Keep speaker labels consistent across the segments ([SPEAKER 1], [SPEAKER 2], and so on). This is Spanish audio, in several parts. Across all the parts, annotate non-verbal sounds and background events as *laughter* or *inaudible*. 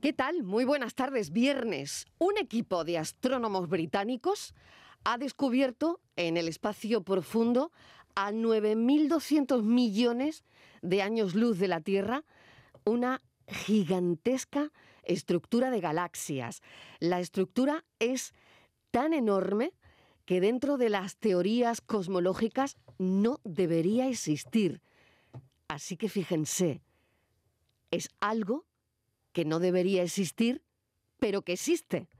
[SPEAKER 1] ¿Qué tal? Muy buenas tardes. Viernes, un equipo de astrónomos británicos ha descubierto en el espacio profundo a 9.200 millones de años luz de la Tierra una gigantesca estructura de galaxias. La estructura es tan enorme que dentro de las teorías cosmológicas no debería existir. Así que fíjense, es algo que no debería existir, pero que existe.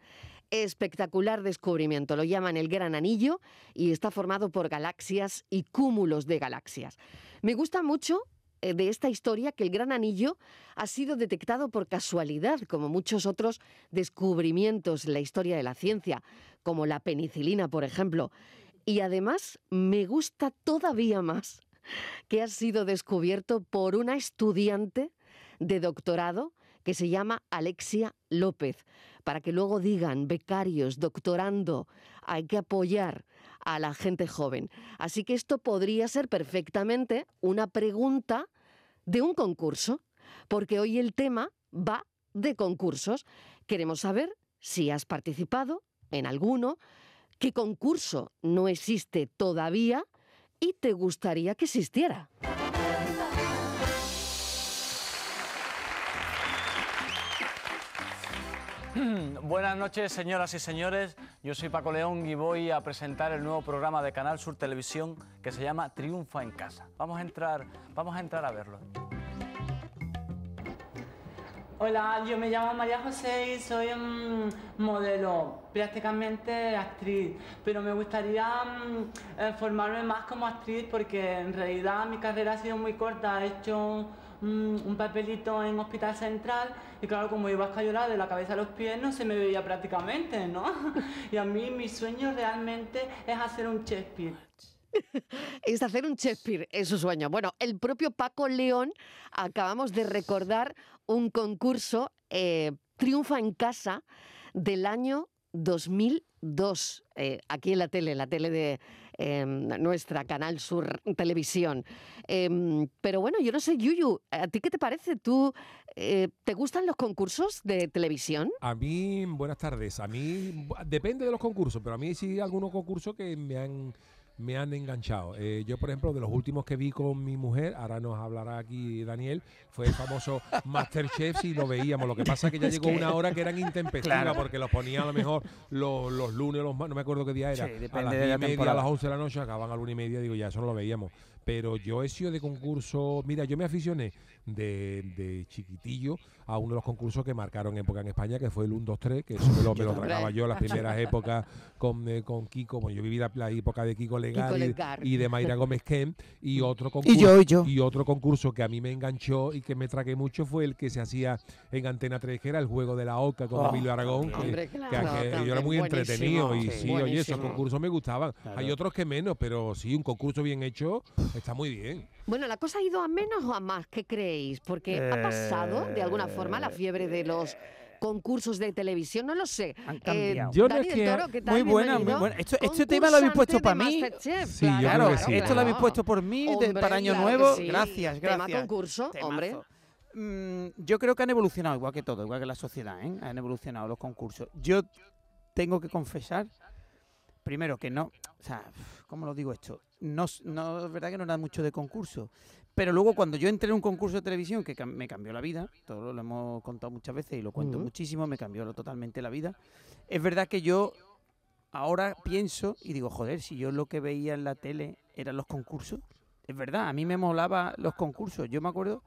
[SPEAKER 1] Espectacular descubrimiento, lo llaman el Gran Anillo y está formado por galaxias y cúmulos de galaxias. Me gusta mucho eh, de esta historia que el Gran Anillo ha sido detectado por casualidad, como muchos otros descubrimientos en la historia de la ciencia, como la penicilina, por ejemplo. Y además me gusta todavía más que ha sido descubierto por una estudiante de doctorado que se llama Alexia López, para que luego digan, becarios, doctorando, hay que apoyar a la gente joven. Así que esto podría ser perfectamente una pregunta de un concurso, porque hoy el tema va de concursos. Queremos saber si has participado en alguno, qué concurso no existe todavía y te gustaría que existiera.
[SPEAKER 2] *clears throat* Buenas noches, señoras y señores. Yo soy Paco León y voy a presentar el nuevo programa de Canal Sur Televisión que se llama Triunfa en casa. Vamos a entrar, vamos a entrar a verlo.
[SPEAKER 3] Hola, yo me llamo María José y soy mm, modelo, prácticamente actriz, pero me gustaría mm, eh, formarme más como actriz porque en realidad mi carrera ha sido muy corta, he hecho mm, un papelito en Hospital Central y claro, como iba escayola de la cabeza a los pies no se me veía prácticamente, ¿no? *laughs* Y a mí mi sueño realmente es hacer un Shakespeare.
[SPEAKER 1] es hacer un Shakespeare, es su sueño. Bueno, el propio Paco León, acabamos de recordar un concurso, eh, Triunfa en Casa, del año 2002, eh, aquí en la tele, en la tele de eh, nuestra Canal Sur Televisión. Eh, pero bueno, yo no sé, Yuyu, ¿a ti qué te parece? ¿Tú eh, te gustan los concursos de televisión?
[SPEAKER 4] A mí, buenas tardes. A mí, bu- depende de los concursos, pero a mí sí hay algunos concursos que me han, me han enganchado. Eh, yo, por ejemplo, de los últimos que vi con mi mujer, ahora nos hablará aquí Daniel, fue el famoso *laughs* Masterchef y lo veíamos. Lo que pasa es que ya
[SPEAKER 5] *laughs* Es
[SPEAKER 4] llegó
[SPEAKER 5] que-
[SPEAKER 4] una hora que eran intempestivas
[SPEAKER 5] *laughs* Claro.
[SPEAKER 4] porque los ponía a lo mejor los, los lunes, los ma- no me acuerdo qué día era.
[SPEAKER 5] Sí,
[SPEAKER 4] a
[SPEAKER 5] depende
[SPEAKER 4] las
[SPEAKER 5] de
[SPEAKER 4] diez
[SPEAKER 5] la
[SPEAKER 4] y media, a
[SPEAKER 5] temporada.
[SPEAKER 4] las 11 de la noche, acaban a la una y media, digo, ya eso no lo veíamos. Pero yo he sido de concurso, mira, yo me aficioné de, de chiquitillo a uno de los concursos que marcaron época en España, que fue el 1, 2, 3, que eso me lo, me lo
[SPEAKER 5] también.
[SPEAKER 4] tragaba yo las
[SPEAKER 5] *laughs*
[SPEAKER 4] primeras épocas con, eh, con Kiko, bueno, yo viví la, la época de Kiko Legar,
[SPEAKER 5] Kiko
[SPEAKER 4] y-
[SPEAKER 5] Legar.
[SPEAKER 4] Y, de Mayra Gómez Kem, y otro concurso.
[SPEAKER 5] yo, y yo.
[SPEAKER 4] otro concurso que a mí me enganchó y que me tragué mucho fue el que se hacía en Antena 3, que era el juego de la OCA con
[SPEAKER 5] Oh,
[SPEAKER 4] Emilio Aragón, que,
[SPEAKER 5] hombre,
[SPEAKER 4] que
[SPEAKER 5] claro,
[SPEAKER 4] aquel- yo era
[SPEAKER 5] también,
[SPEAKER 4] muy entretenido, y
[SPEAKER 5] buenísimo,
[SPEAKER 4] sí,
[SPEAKER 5] sí,
[SPEAKER 4] oye, esos
[SPEAKER 5] buenísimo.
[SPEAKER 4] concursos me gustaban.
[SPEAKER 5] Claro.
[SPEAKER 4] Hay otros que menos, pero sí, un concurso bien hecho está muy bien.
[SPEAKER 1] Bueno, ¿la cosa ha ido a menos o a más? ¿Qué creéis? Porque ha pasado de alguna forma
[SPEAKER 6] Eh,
[SPEAKER 1] la fiebre de los concursos de televisión, no lo sé. Han
[SPEAKER 7] cambiado.
[SPEAKER 5] Yo no
[SPEAKER 1] Dani
[SPEAKER 5] es
[SPEAKER 1] Eh, del
[SPEAKER 5] que-
[SPEAKER 1] Toro, ¿qué tal?
[SPEAKER 7] muy buena, muy
[SPEAKER 1] Bienvenido.
[SPEAKER 7] buena. Esto- este tema lo habéis puesto
[SPEAKER 1] Concursante
[SPEAKER 7] para
[SPEAKER 1] de
[SPEAKER 7] mí.
[SPEAKER 1] Masterchef,
[SPEAKER 4] Sí, yo
[SPEAKER 7] claro,
[SPEAKER 4] creo que sí.
[SPEAKER 7] esto lo habéis
[SPEAKER 1] Claro.
[SPEAKER 7] puesto por mí de-
[SPEAKER 1] Hombre,
[SPEAKER 7] para Año
[SPEAKER 1] claro que
[SPEAKER 7] Nuevo.
[SPEAKER 1] sí.
[SPEAKER 7] Gracias,
[SPEAKER 1] Tema
[SPEAKER 7] gracias.
[SPEAKER 1] concurso, hombre.
[SPEAKER 7] Mm, yo creo que han evolucionado igual que todo, igual que la sociedad, ¿eh? Han evolucionado los concursos. Yo tengo que confesar, primero que no, o sea, ¿cómo lo digo esto? No, s- no es verdad que no era mucho de concurso, pero luego cuando yo entré en un concurso de televisión que cam- me cambió la vida, todo lo, lo hemos contado muchas veces y lo cuento
[SPEAKER 6] Ujú.
[SPEAKER 7] muchísimo, me cambió lo- totalmente la vida. Es verdad que yo ahora pienso y digo, joder, si yo lo que veía en la tele eran los concursos, es verdad, a mí me molaba los concursos. Yo me acuerdo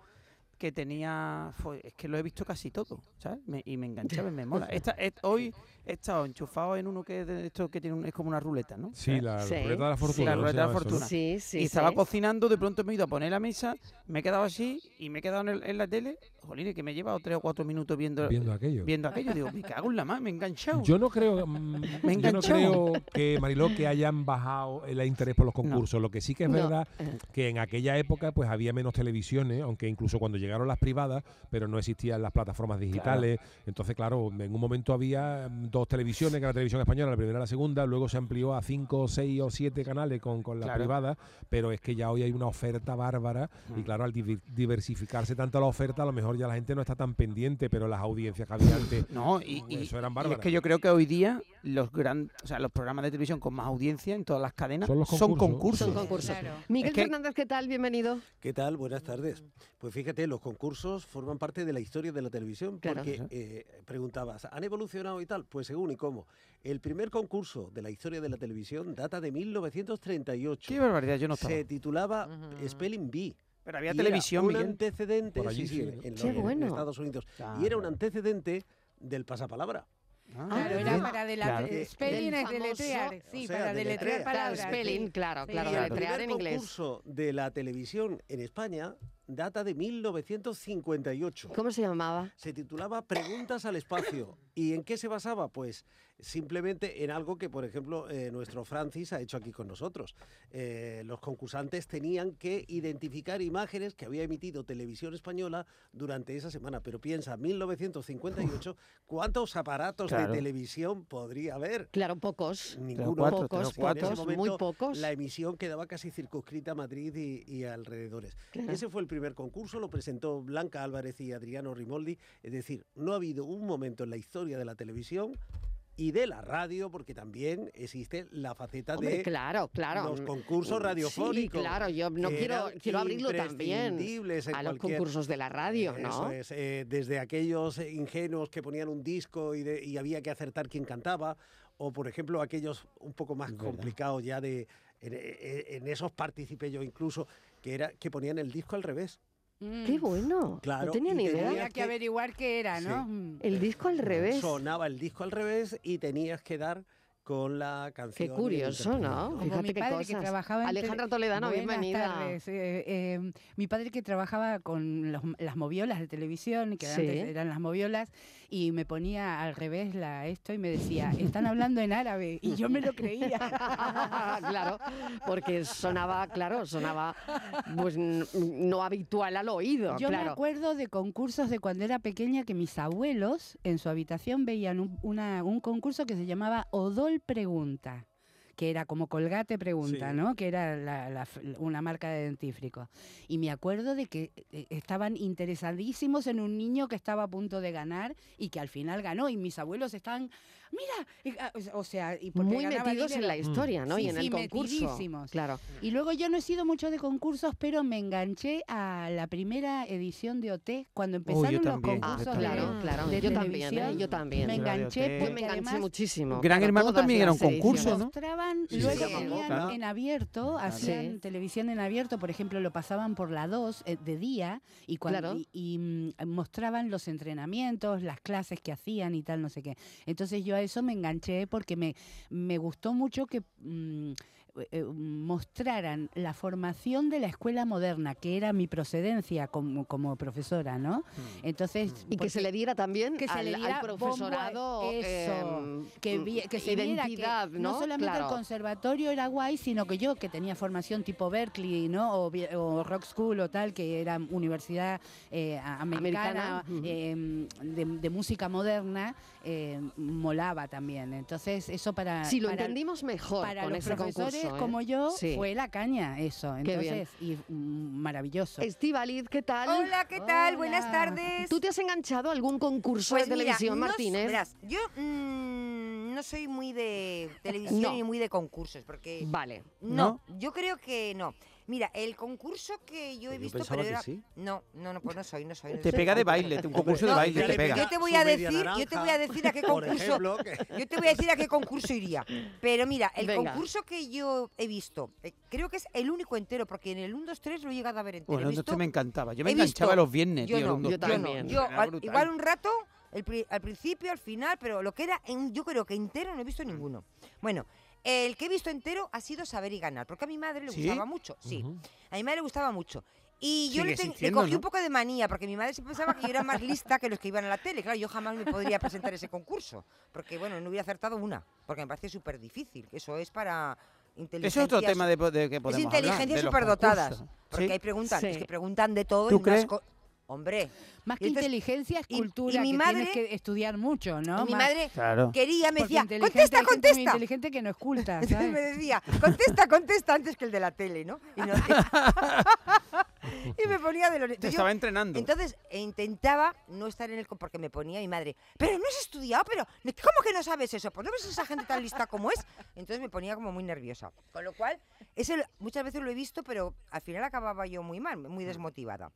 [SPEAKER 7] que tenía, fue- es que lo he visto casi todo, ¿sabes? Me- y me enganchaba y me mola. Esta, es- hoy he estado enchufado en uno que es, de esto que tiene un- es como una ruleta, ¿no?
[SPEAKER 4] Sí, la Sí. ruleta de la fortuna,
[SPEAKER 7] Sí, la
[SPEAKER 4] ¿no?
[SPEAKER 7] ruleta
[SPEAKER 4] Se
[SPEAKER 7] de la
[SPEAKER 4] llama eso, ¿no?
[SPEAKER 7] fortuna.
[SPEAKER 4] Sí, sí,
[SPEAKER 7] y estaba
[SPEAKER 4] sí.
[SPEAKER 7] cocinando, de pronto me he ido a poner la mesa, me he quedado así y me he quedado en, el- en la tele. Jolín, que me he llevado tres o cuatro minutos viendo,
[SPEAKER 4] Viendo aquello.
[SPEAKER 7] Viendo aquello, digo, me cago en la más, me he enganchado.
[SPEAKER 4] Yo no creo, mm,
[SPEAKER 7] Me he
[SPEAKER 4] yo no
[SPEAKER 7] enganchado.
[SPEAKER 4] creo que Mariló que hayan bajado el interés por los concursos. Lo que sí que es
[SPEAKER 7] No.
[SPEAKER 4] verdad que en aquella época pues había menos televisiones, aunque incluso cuando llegaron las privadas, pero no existían las plataformas digitales. Entonces, claro, en un momento había mm, dos televisiones, que era la televisión española, la primera y la segunda, luego se amplió a cinco, seis o siete canales con, con las
[SPEAKER 7] Claro.
[SPEAKER 4] privadas, pero es que ya hoy hay una oferta bárbara
[SPEAKER 7] Mm.
[SPEAKER 4] y claro, al divi- diversificarse tanto la oferta, a lo mejor ya la gente no está tan pendiente, pero las audiencias que había antes...
[SPEAKER 7] No, y, y-
[SPEAKER 4] Eso eran
[SPEAKER 7] y es
[SPEAKER 4] bárbaras.
[SPEAKER 7] que yo creo que hoy día los gran, o sea, los programas de televisión con más audiencia en todas las cadenas
[SPEAKER 4] Son
[SPEAKER 7] son
[SPEAKER 4] los
[SPEAKER 7] concursos.
[SPEAKER 4] concursos.
[SPEAKER 1] Son concursos.
[SPEAKER 5] Claro.
[SPEAKER 1] Miguel
[SPEAKER 7] Es que-
[SPEAKER 1] Fernández, ¿qué tal? Bienvenido.
[SPEAKER 6] ¿Qué tal? Buenas tardes. Pues fíjate, los concursos forman parte de la historia de la televisión
[SPEAKER 1] Claro.
[SPEAKER 6] porque
[SPEAKER 7] Ujú.
[SPEAKER 6] eh, preguntabas, ¿han evolucionado y tal? Pues según y cómo. El primer concurso de la historia de la televisión data de 1938.
[SPEAKER 7] Qué barbaridad, yo no estaba.
[SPEAKER 6] Se titulaba
[SPEAKER 5] Ujú.
[SPEAKER 6] Spelling Bee.
[SPEAKER 7] Pero había
[SPEAKER 6] y
[SPEAKER 7] televisión,
[SPEAKER 6] era un
[SPEAKER 7] Miguel.
[SPEAKER 6] antecedente
[SPEAKER 4] Por allí
[SPEAKER 6] sí,
[SPEAKER 4] sí,
[SPEAKER 6] sí, en-
[SPEAKER 4] ¿no?
[SPEAKER 6] en,
[SPEAKER 1] Qué
[SPEAKER 6] en
[SPEAKER 1] bueno.
[SPEAKER 6] Estados Unidos.
[SPEAKER 7] Ah,
[SPEAKER 6] Y era un
[SPEAKER 7] claro.
[SPEAKER 6] antecedente del pasapalabra.
[SPEAKER 7] Ah,
[SPEAKER 5] Claro,
[SPEAKER 6] Bien.
[SPEAKER 5] era para eh,
[SPEAKER 7] Claro.
[SPEAKER 5] deletrear. Spelling
[SPEAKER 1] Del
[SPEAKER 5] es deletrear.
[SPEAKER 1] famoso-
[SPEAKER 5] Sí,
[SPEAKER 6] o sea,
[SPEAKER 5] para deletrear
[SPEAKER 6] deletrear.
[SPEAKER 1] Claro,
[SPEAKER 5] palabras. sí.
[SPEAKER 1] spelling, claro,
[SPEAKER 5] Sí.
[SPEAKER 1] claro,
[SPEAKER 6] Y el
[SPEAKER 1] deletrear
[SPEAKER 6] primer
[SPEAKER 1] en inglés.
[SPEAKER 6] concurso de la televisión en España data de 1958.
[SPEAKER 1] ¿Cómo se llamaba?
[SPEAKER 6] Se titulaba Preguntas al espacio. ¿Y en qué se basaba? Pues simplemente en algo que, por ejemplo, eh, nuestro Francis ha hecho aquí con nosotros. Eh, los concursantes tenían que identificar imágenes que había emitido Televisión Española durante esa semana. Pero piensa, 1958, ¿cuántos aparatos
[SPEAKER 7] Claro.
[SPEAKER 6] de televisión podría haber?
[SPEAKER 1] Claro, pocos.
[SPEAKER 6] Ninguno.
[SPEAKER 7] cuatro,
[SPEAKER 1] pocos,
[SPEAKER 7] tres o cuatro.
[SPEAKER 6] En
[SPEAKER 1] pocos,
[SPEAKER 6] ese
[SPEAKER 1] muy
[SPEAKER 6] momento,
[SPEAKER 1] pocos.
[SPEAKER 6] La emisión quedaba casi circunscrita a Madrid y, y alrededores.
[SPEAKER 1] Claro.
[SPEAKER 6] Ese fue el primer concurso, lo presentó Blanca Álvarez y Adriano Rimoldi. Es decir, no ha habido un momento en la historia de la televisión y de la radio, porque también existe la faceta
[SPEAKER 1] Hombre,
[SPEAKER 6] de
[SPEAKER 1] claro, claro.
[SPEAKER 6] los concursos
[SPEAKER 1] Sí,
[SPEAKER 6] radiofónicos.
[SPEAKER 1] claro, yo no
[SPEAKER 6] que
[SPEAKER 1] quiero-
[SPEAKER 6] eran
[SPEAKER 1] quiero abrirlo también
[SPEAKER 6] imprescindibles en
[SPEAKER 1] A los
[SPEAKER 6] cualquier-
[SPEAKER 1] concursos de la radio, ¿no?
[SPEAKER 6] eso es, eh, desde aquellos eh, ingenuos que ponían un disco y, de- y había que acertar quién cantaba, o por ejemplo aquellos un poco más
[SPEAKER 7] Verdad.
[SPEAKER 6] complicados ya de... En, e, en- en esos participé yo incluso, que, era, que ponían el disco al revés.
[SPEAKER 5] Mm.
[SPEAKER 1] Qué bueno.
[SPEAKER 6] Claro,
[SPEAKER 1] no tenía
[SPEAKER 6] y
[SPEAKER 1] ni idea.
[SPEAKER 6] tenía-
[SPEAKER 5] Había que averiguar qué era,
[SPEAKER 6] Sí.
[SPEAKER 5] ¿no? Mm.
[SPEAKER 1] El disco al revés.
[SPEAKER 6] Sonaba el disco al revés y tenías que dar con la canción.
[SPEAKER 1] Qué
[SPEAKER 6] y el
[SPEAKER 1] curioso,
[SPEAKER 6] intérprete.
[SPEAKER 1] ¿no?
[SPEAKER 5] Como
[SPEAKER 1] Fíjate
[SPEAKER 5] mi
[SPEAKER 1] qué
[SPEAKER 5] padre
[SPEAKER 1] cosas.
[SPEAKER 5] que trabajaba en tele-
[SPEAKER 1] Alejandra Toledano,
[SPEAKER 5] Buenas
[SPEAKER 1] bienvenida.
[SPEAKER 5] tardes. Eh, eh, mi padre que trabajaba con los- las moviolas de televisión, que
[SPEAKER 1] Sí.
[SPEAKER 5] antes eran las moviolas, y me ponía al revés la esto y me decía, están hablando en árabe. Y yo me lo creía.
[SPEAKER 1] *laughs* claro, porque sonaba, claro, sonaba pues n- no habitual al oído,
[SPEAKER 5] Yo me
[SPEAKER 1] claro.
[SPEAKER 5] acuerdo de concursos de cuando era pequeña que mis abuelos en su habitación veían un, una- un concurso que se llamaba Odol Pregunta, que era como Colgate Pregunta,
[SPEAKER 6] Sí.
[SPEAKER 5] ¿no? Que era la- la f- una marca de dentífrico. Y me acuerdo de que eh, estaban interesadísimos en un niño que estaba a punto de ganar y que al final ganó. Y mis abuelos estaban, mira, y- ah, o sea, y porque
[SPEAKER 1] Muy
[SPEAKER 5] ganaba
[SPEAKER 1] metidos en
[SPEAKER 5] dinero.
[SPEAKER 1] la Mm. historia, ¿no? y
[SPEAKER 5] Sí,
[SPEAKER 1] en
[SPEAKER 5] sí,
[SPEAKER 1] el concurso.
[SPEAKER 5] metidísimos.
[SPEAKER 1] Claro.
[SPEAKER 5] Y luego yo no he sido mucho de concursos, pero me enganché a la primera edición de OT cuando
[SPEAKER 7] yo
[SPEAKER 5] empezaron los
[SPEAKER 7] también, yo
[SPEAKER 1] Ah,
[SPEAKER 5] concursos
[SPEAKER 7] también.
[SPEAKER 5] de-
[SPEAKER 1] claro, claro.
[SPEAKER 5] de
[SPEAKER 1] Yo también, ¿eh?
[SPEAKER 5] televisión,
[SPEAKER 1] yo también.
[SPEAKER 5] Me
[SPEAKER 7] Yo la de OT.
[SPEAKER 5] enganché
[SPEAKER 7] Yo
[SPEAKER 1] Yo
[SPEAKER 5] porque
[SPEAKER 1] me enganché
[SPEAKER 5] además
[SPEAKER 1] muchísimo.
[SPEAKER 7] Gran Hermano
[SPEAKER 1] todas
[SPEAKER 7] también era
[SPEAKER 1] las
[SPEAKER 7] un concurso,
[SPEAKER 1] ediciones.
[SPEAKER 7] ¿no?
[SPEAKER 5] mostraban,
[SPEAKER 6] Sí, sí,
[SPEAKER 5] luego
[SPEAKER 6] sí.
[SPEAKER 5] ponían
[SPEAKER 6] Claro.
[SPEAKER 5] en abierto, hacían
[SPEAKER 1] Sí.
[SPEAKER 5] televisión en abierto, por ejemplo, lo pasaban por la 2 eh, de día y, cuando,
[SPEAKER 1] Claro.
[SPEAKER 5] y, y, mm, mostraban los entrenamientos, las clases que hacían y tal, no sé qué. Entonces yo a eso me enganché porque me, me gustó mucho que mm, eh, eh, mostraran la formación de la escuela moderna, que era mi procedencia como, como profesora, ¿no?
[SPEAKER 1] Mm.
[SPEAKER 5] Ences,
[SPEAKER 1] Y que se le diera también
[SPEAKER 5] que se
[SPEAKER 1] al,
[SPEAKER 5] le
[SPEAKER 1] al
[SPEAKER 5] diera bombo a
[SPEAKER 1] profesorado
[SPEAKER 5] eso,
[SPEAKER 1] em,
[SPEAKER 5] que,
[SPEAKER 1] mm,
[SPEAKER 5] vi- que se viera que
[SPEAKER 1] identidad,
[SPEAKER 5] no, solamente
[SPEAKER 1] Claro.
[SPEAKER 5] el conservatorio era guay, sino que yo que tenía formación tipo Berkeley, ¿no? O, vi- o Rock School o tal, que era universidad eh, a- americana,
[SPEAKER 1] Americana, ujú.
[SPEAKER 5] eh, de, de música moderna, eh, molaba también. Entonces eso para
[SPEAKER 1] Si lo
[SPEAKER 5] para-
[SPEAKER 1] entendimos mejor
[SPEAKER 5] para
[SPEAKER 1] con
[SPEAKER 5] los
[SPEAKER 1] ese
[SPEAKER 5] profesores
[SPEAKER 1] concurso. ¿eh?
[SPEAKER 5] como yo
[SPEAKER 1] Sí.
[SPEAKER 5] fue la caña eso.
[SPEAKER 1] Qué bien.
[SPEAKER 5] Entonces y mm, maravilloso.
[SPEAKER 1] Estíbaliz, ¿qué tal?
[SPEAKER 8] Hola, ¿qué tal? Buenas
[SPEAKER 5] Hola.
[SPEAKER 8] tardes.
[SPEAKER 1] ¿Tú te has enganchado a algún concurso
[SPEAKER 8] Pues
[SPEAKER 1] de
[SPEAKER 8] mira,
[SPEAKER 1] televisión,
[SPEAKER 8] no s-
[SPEAKER 1] Martínez?
[SPEAKER 8] verás, yo mm, no soy muy de televisión
[SPEAKER 1] No.
[SPEAKER 8] ni muy de concursos, porque
[SPEAKER 1] Vale.
[SPEAKER 8] no, yo creo que no. Mira, el concurso que yo he
[SPEAKER 7] Pues
[SPEAKER 6] Yo
[SPEAKER 8] visto,
[SPEAKER 6] pensaba
[SPEAKER 8] pero
[SPEAKER 6] que
[SPEAKER 8] era-
[SPEAKER 6] sí.
[SPEAKER 8] no, no, no, pues no soy, no soy. no
[SPEAKER 7] Te
[SPEAKER 8] soy.
[SPEAKER 7] pega de baile, un concurso de
[SPEAKER 8] No,
[SPEAKER 7] baile,
[SPEAKER 8] yo-
[SPEAKER 7] te pega.
[SPEAKER 8] Yo te voy a
[SPEAKER 6] Su media
[SPEAKER 8] decir, yo te voy a
[SPEAKER 6] naranja,
[SPEAKER 8] decir
[SPEAKER 7] *laughs*
[SPEAKER 8] a qué
[SPEAKER 6] Por
[SPEAKER 8] concurso
[SPEAKER 6] ejemplo, que-
[SPEAKER 8] *laughs* Yo te voy a decir a qué concurso iría. Pero mira, el
[SPEAKER 1] Venga.
[SPEAKER 8] concurso que yo he visto, eh, creo que es el único entero, porque en el 1, 2, 3 lo he llegado a ver entero. He
[SPEAKER 7] Bueno,
[SPEAKER 8] visto-
[SPEAKER 7] esto me encantaba. Yo me
[SPEAKER 8] he
[SPEAKER 7] enganchaba
[SPEAKER 8] visto-
[SPEAKER 7] los viernes,
[SPEAKER 8] yo
[SPEAKER 7] tío.
[SPEAKER 8] no,
[SPEAKER 7] los
[SPEAKER 1] yo
[SPEAKER 8] yo
[SPEAKER 7] dos-
[SPEAKER 1] también.
[SPEAKER 8] no. Yo,
[SPEAKER 7] Era
[SPEAKER 8] al-
[SPEAKER 7] brutal.
[SPEAKER 8] igual un rato, el pri- al principio, al final, pero lo que era, en- yo creo que entero no he
[SPEAKER 7] Mm.
[SPEAKER 8] visto ninguno. Bueno, el que he visto entero ha sido Saber y Ganar, porque a mi madre le
[SPEAKER 7] ¿Sí?
[SPEAKER 8] gustaba mucho. Sí,
[SPEAKER 4] Ujú.
[SPEAKER 8] a mi madre le gustaba mucho. Y
[SPEAKER 7] Sigue
[SPEAKER 8] yo le, ten- le
[SPEAKER 7] existiendo,
[SPEAKER 8] cogí
[SPEAKER 7] ¿no?
[SPEAKER 8] un poco de manía, porque mi madre se pensaba que yo era más lista que los que iban a la tele. Claro, yo jamás me podría presentar
[SPEAKER 2] *laughs*
[SPEAKER 8] ese concurso, porque bueno, no hubiera acertado una, porque me parece súper difícil. Eso es para
[SPEAKER 7] Eso es otro
[SPEAKER 8] inteligencias-
[SPEAKER 7] tema de, de que podemos
[SPEAKER 8] es inteligencia
[SPEAKER 7] hablar, de los
[SPEAKER 8] superdotadas.
[SPEAKER 7] concursos.
[SPEAKER 8] Porque
[SPEAKER 7] Sí.
[SPEAKER 8] hay preguntas,
[SPEAKER 1] Sí.
[SPEAKER 8] es que preguntan de todo.
[SPEAKER 7] ¿Tú
[SPEAKER 8] y unas
[SPEAKER 7] crees?
[SPEAKER 8] co- Hombre.
[SPEAKER 5] Más
[SPEAKER 8] Y
[SPEAKER 5] que
[SPEAKER 8] entonces-
[SPEAKER 5] inteligencia es
[SPEAKER 8] y- y
[SPEAKER 5] cultura,
[SPEAKER 8] mi
[SPEAKER 5] que
[SPEAKER 8] madre-
[SPEAKER 5] tienes que estudiar mucho, ¿no?
[SPEAKER 8] mi
[SPEAKER 5] Más-
[SPEAKER 8] madre
[SPEAKER 7] Claro.
[SPEAKER 8] quería, me
[SPEAKER 5] porque
[SPEAKER 8] decía,
[SPEAKER 5] inteligente,
[SPEAKER 8] contesta,
[SPEAKER 5] hay gente muy
[SPEAKER 8] contesta.
[SPEAKER 5] inteligente que no es culta,
[SPEAKER 8] Entonces me
[SPEAKER 5] ¿sabes?
[SPEAKER 8] decía, contesta, contesta antes que el de la tele, ¿no? Y, no- *laughs* y me ponía de los...
[SPEAKER 7] Te
[SPEAKER 8] Entonces yo-
[SPEAKER 7] estaba entrenando.
[SPEAKER 8] Entonces e intentaba no estar en el... co- Porque me ponía mi madre, pero no has estudiado, pero no- ¿cómo que no sabes eso? Pues no ves esa gente tan lista como es. Entonces me ponía como muy nerviosa. Con lo cual, eso lo- muchas veces lo he visto, pero al final acababa yo muy mal,
[SPEAKER 7] Mm.
[SPEAKER 8] muy desmotivada.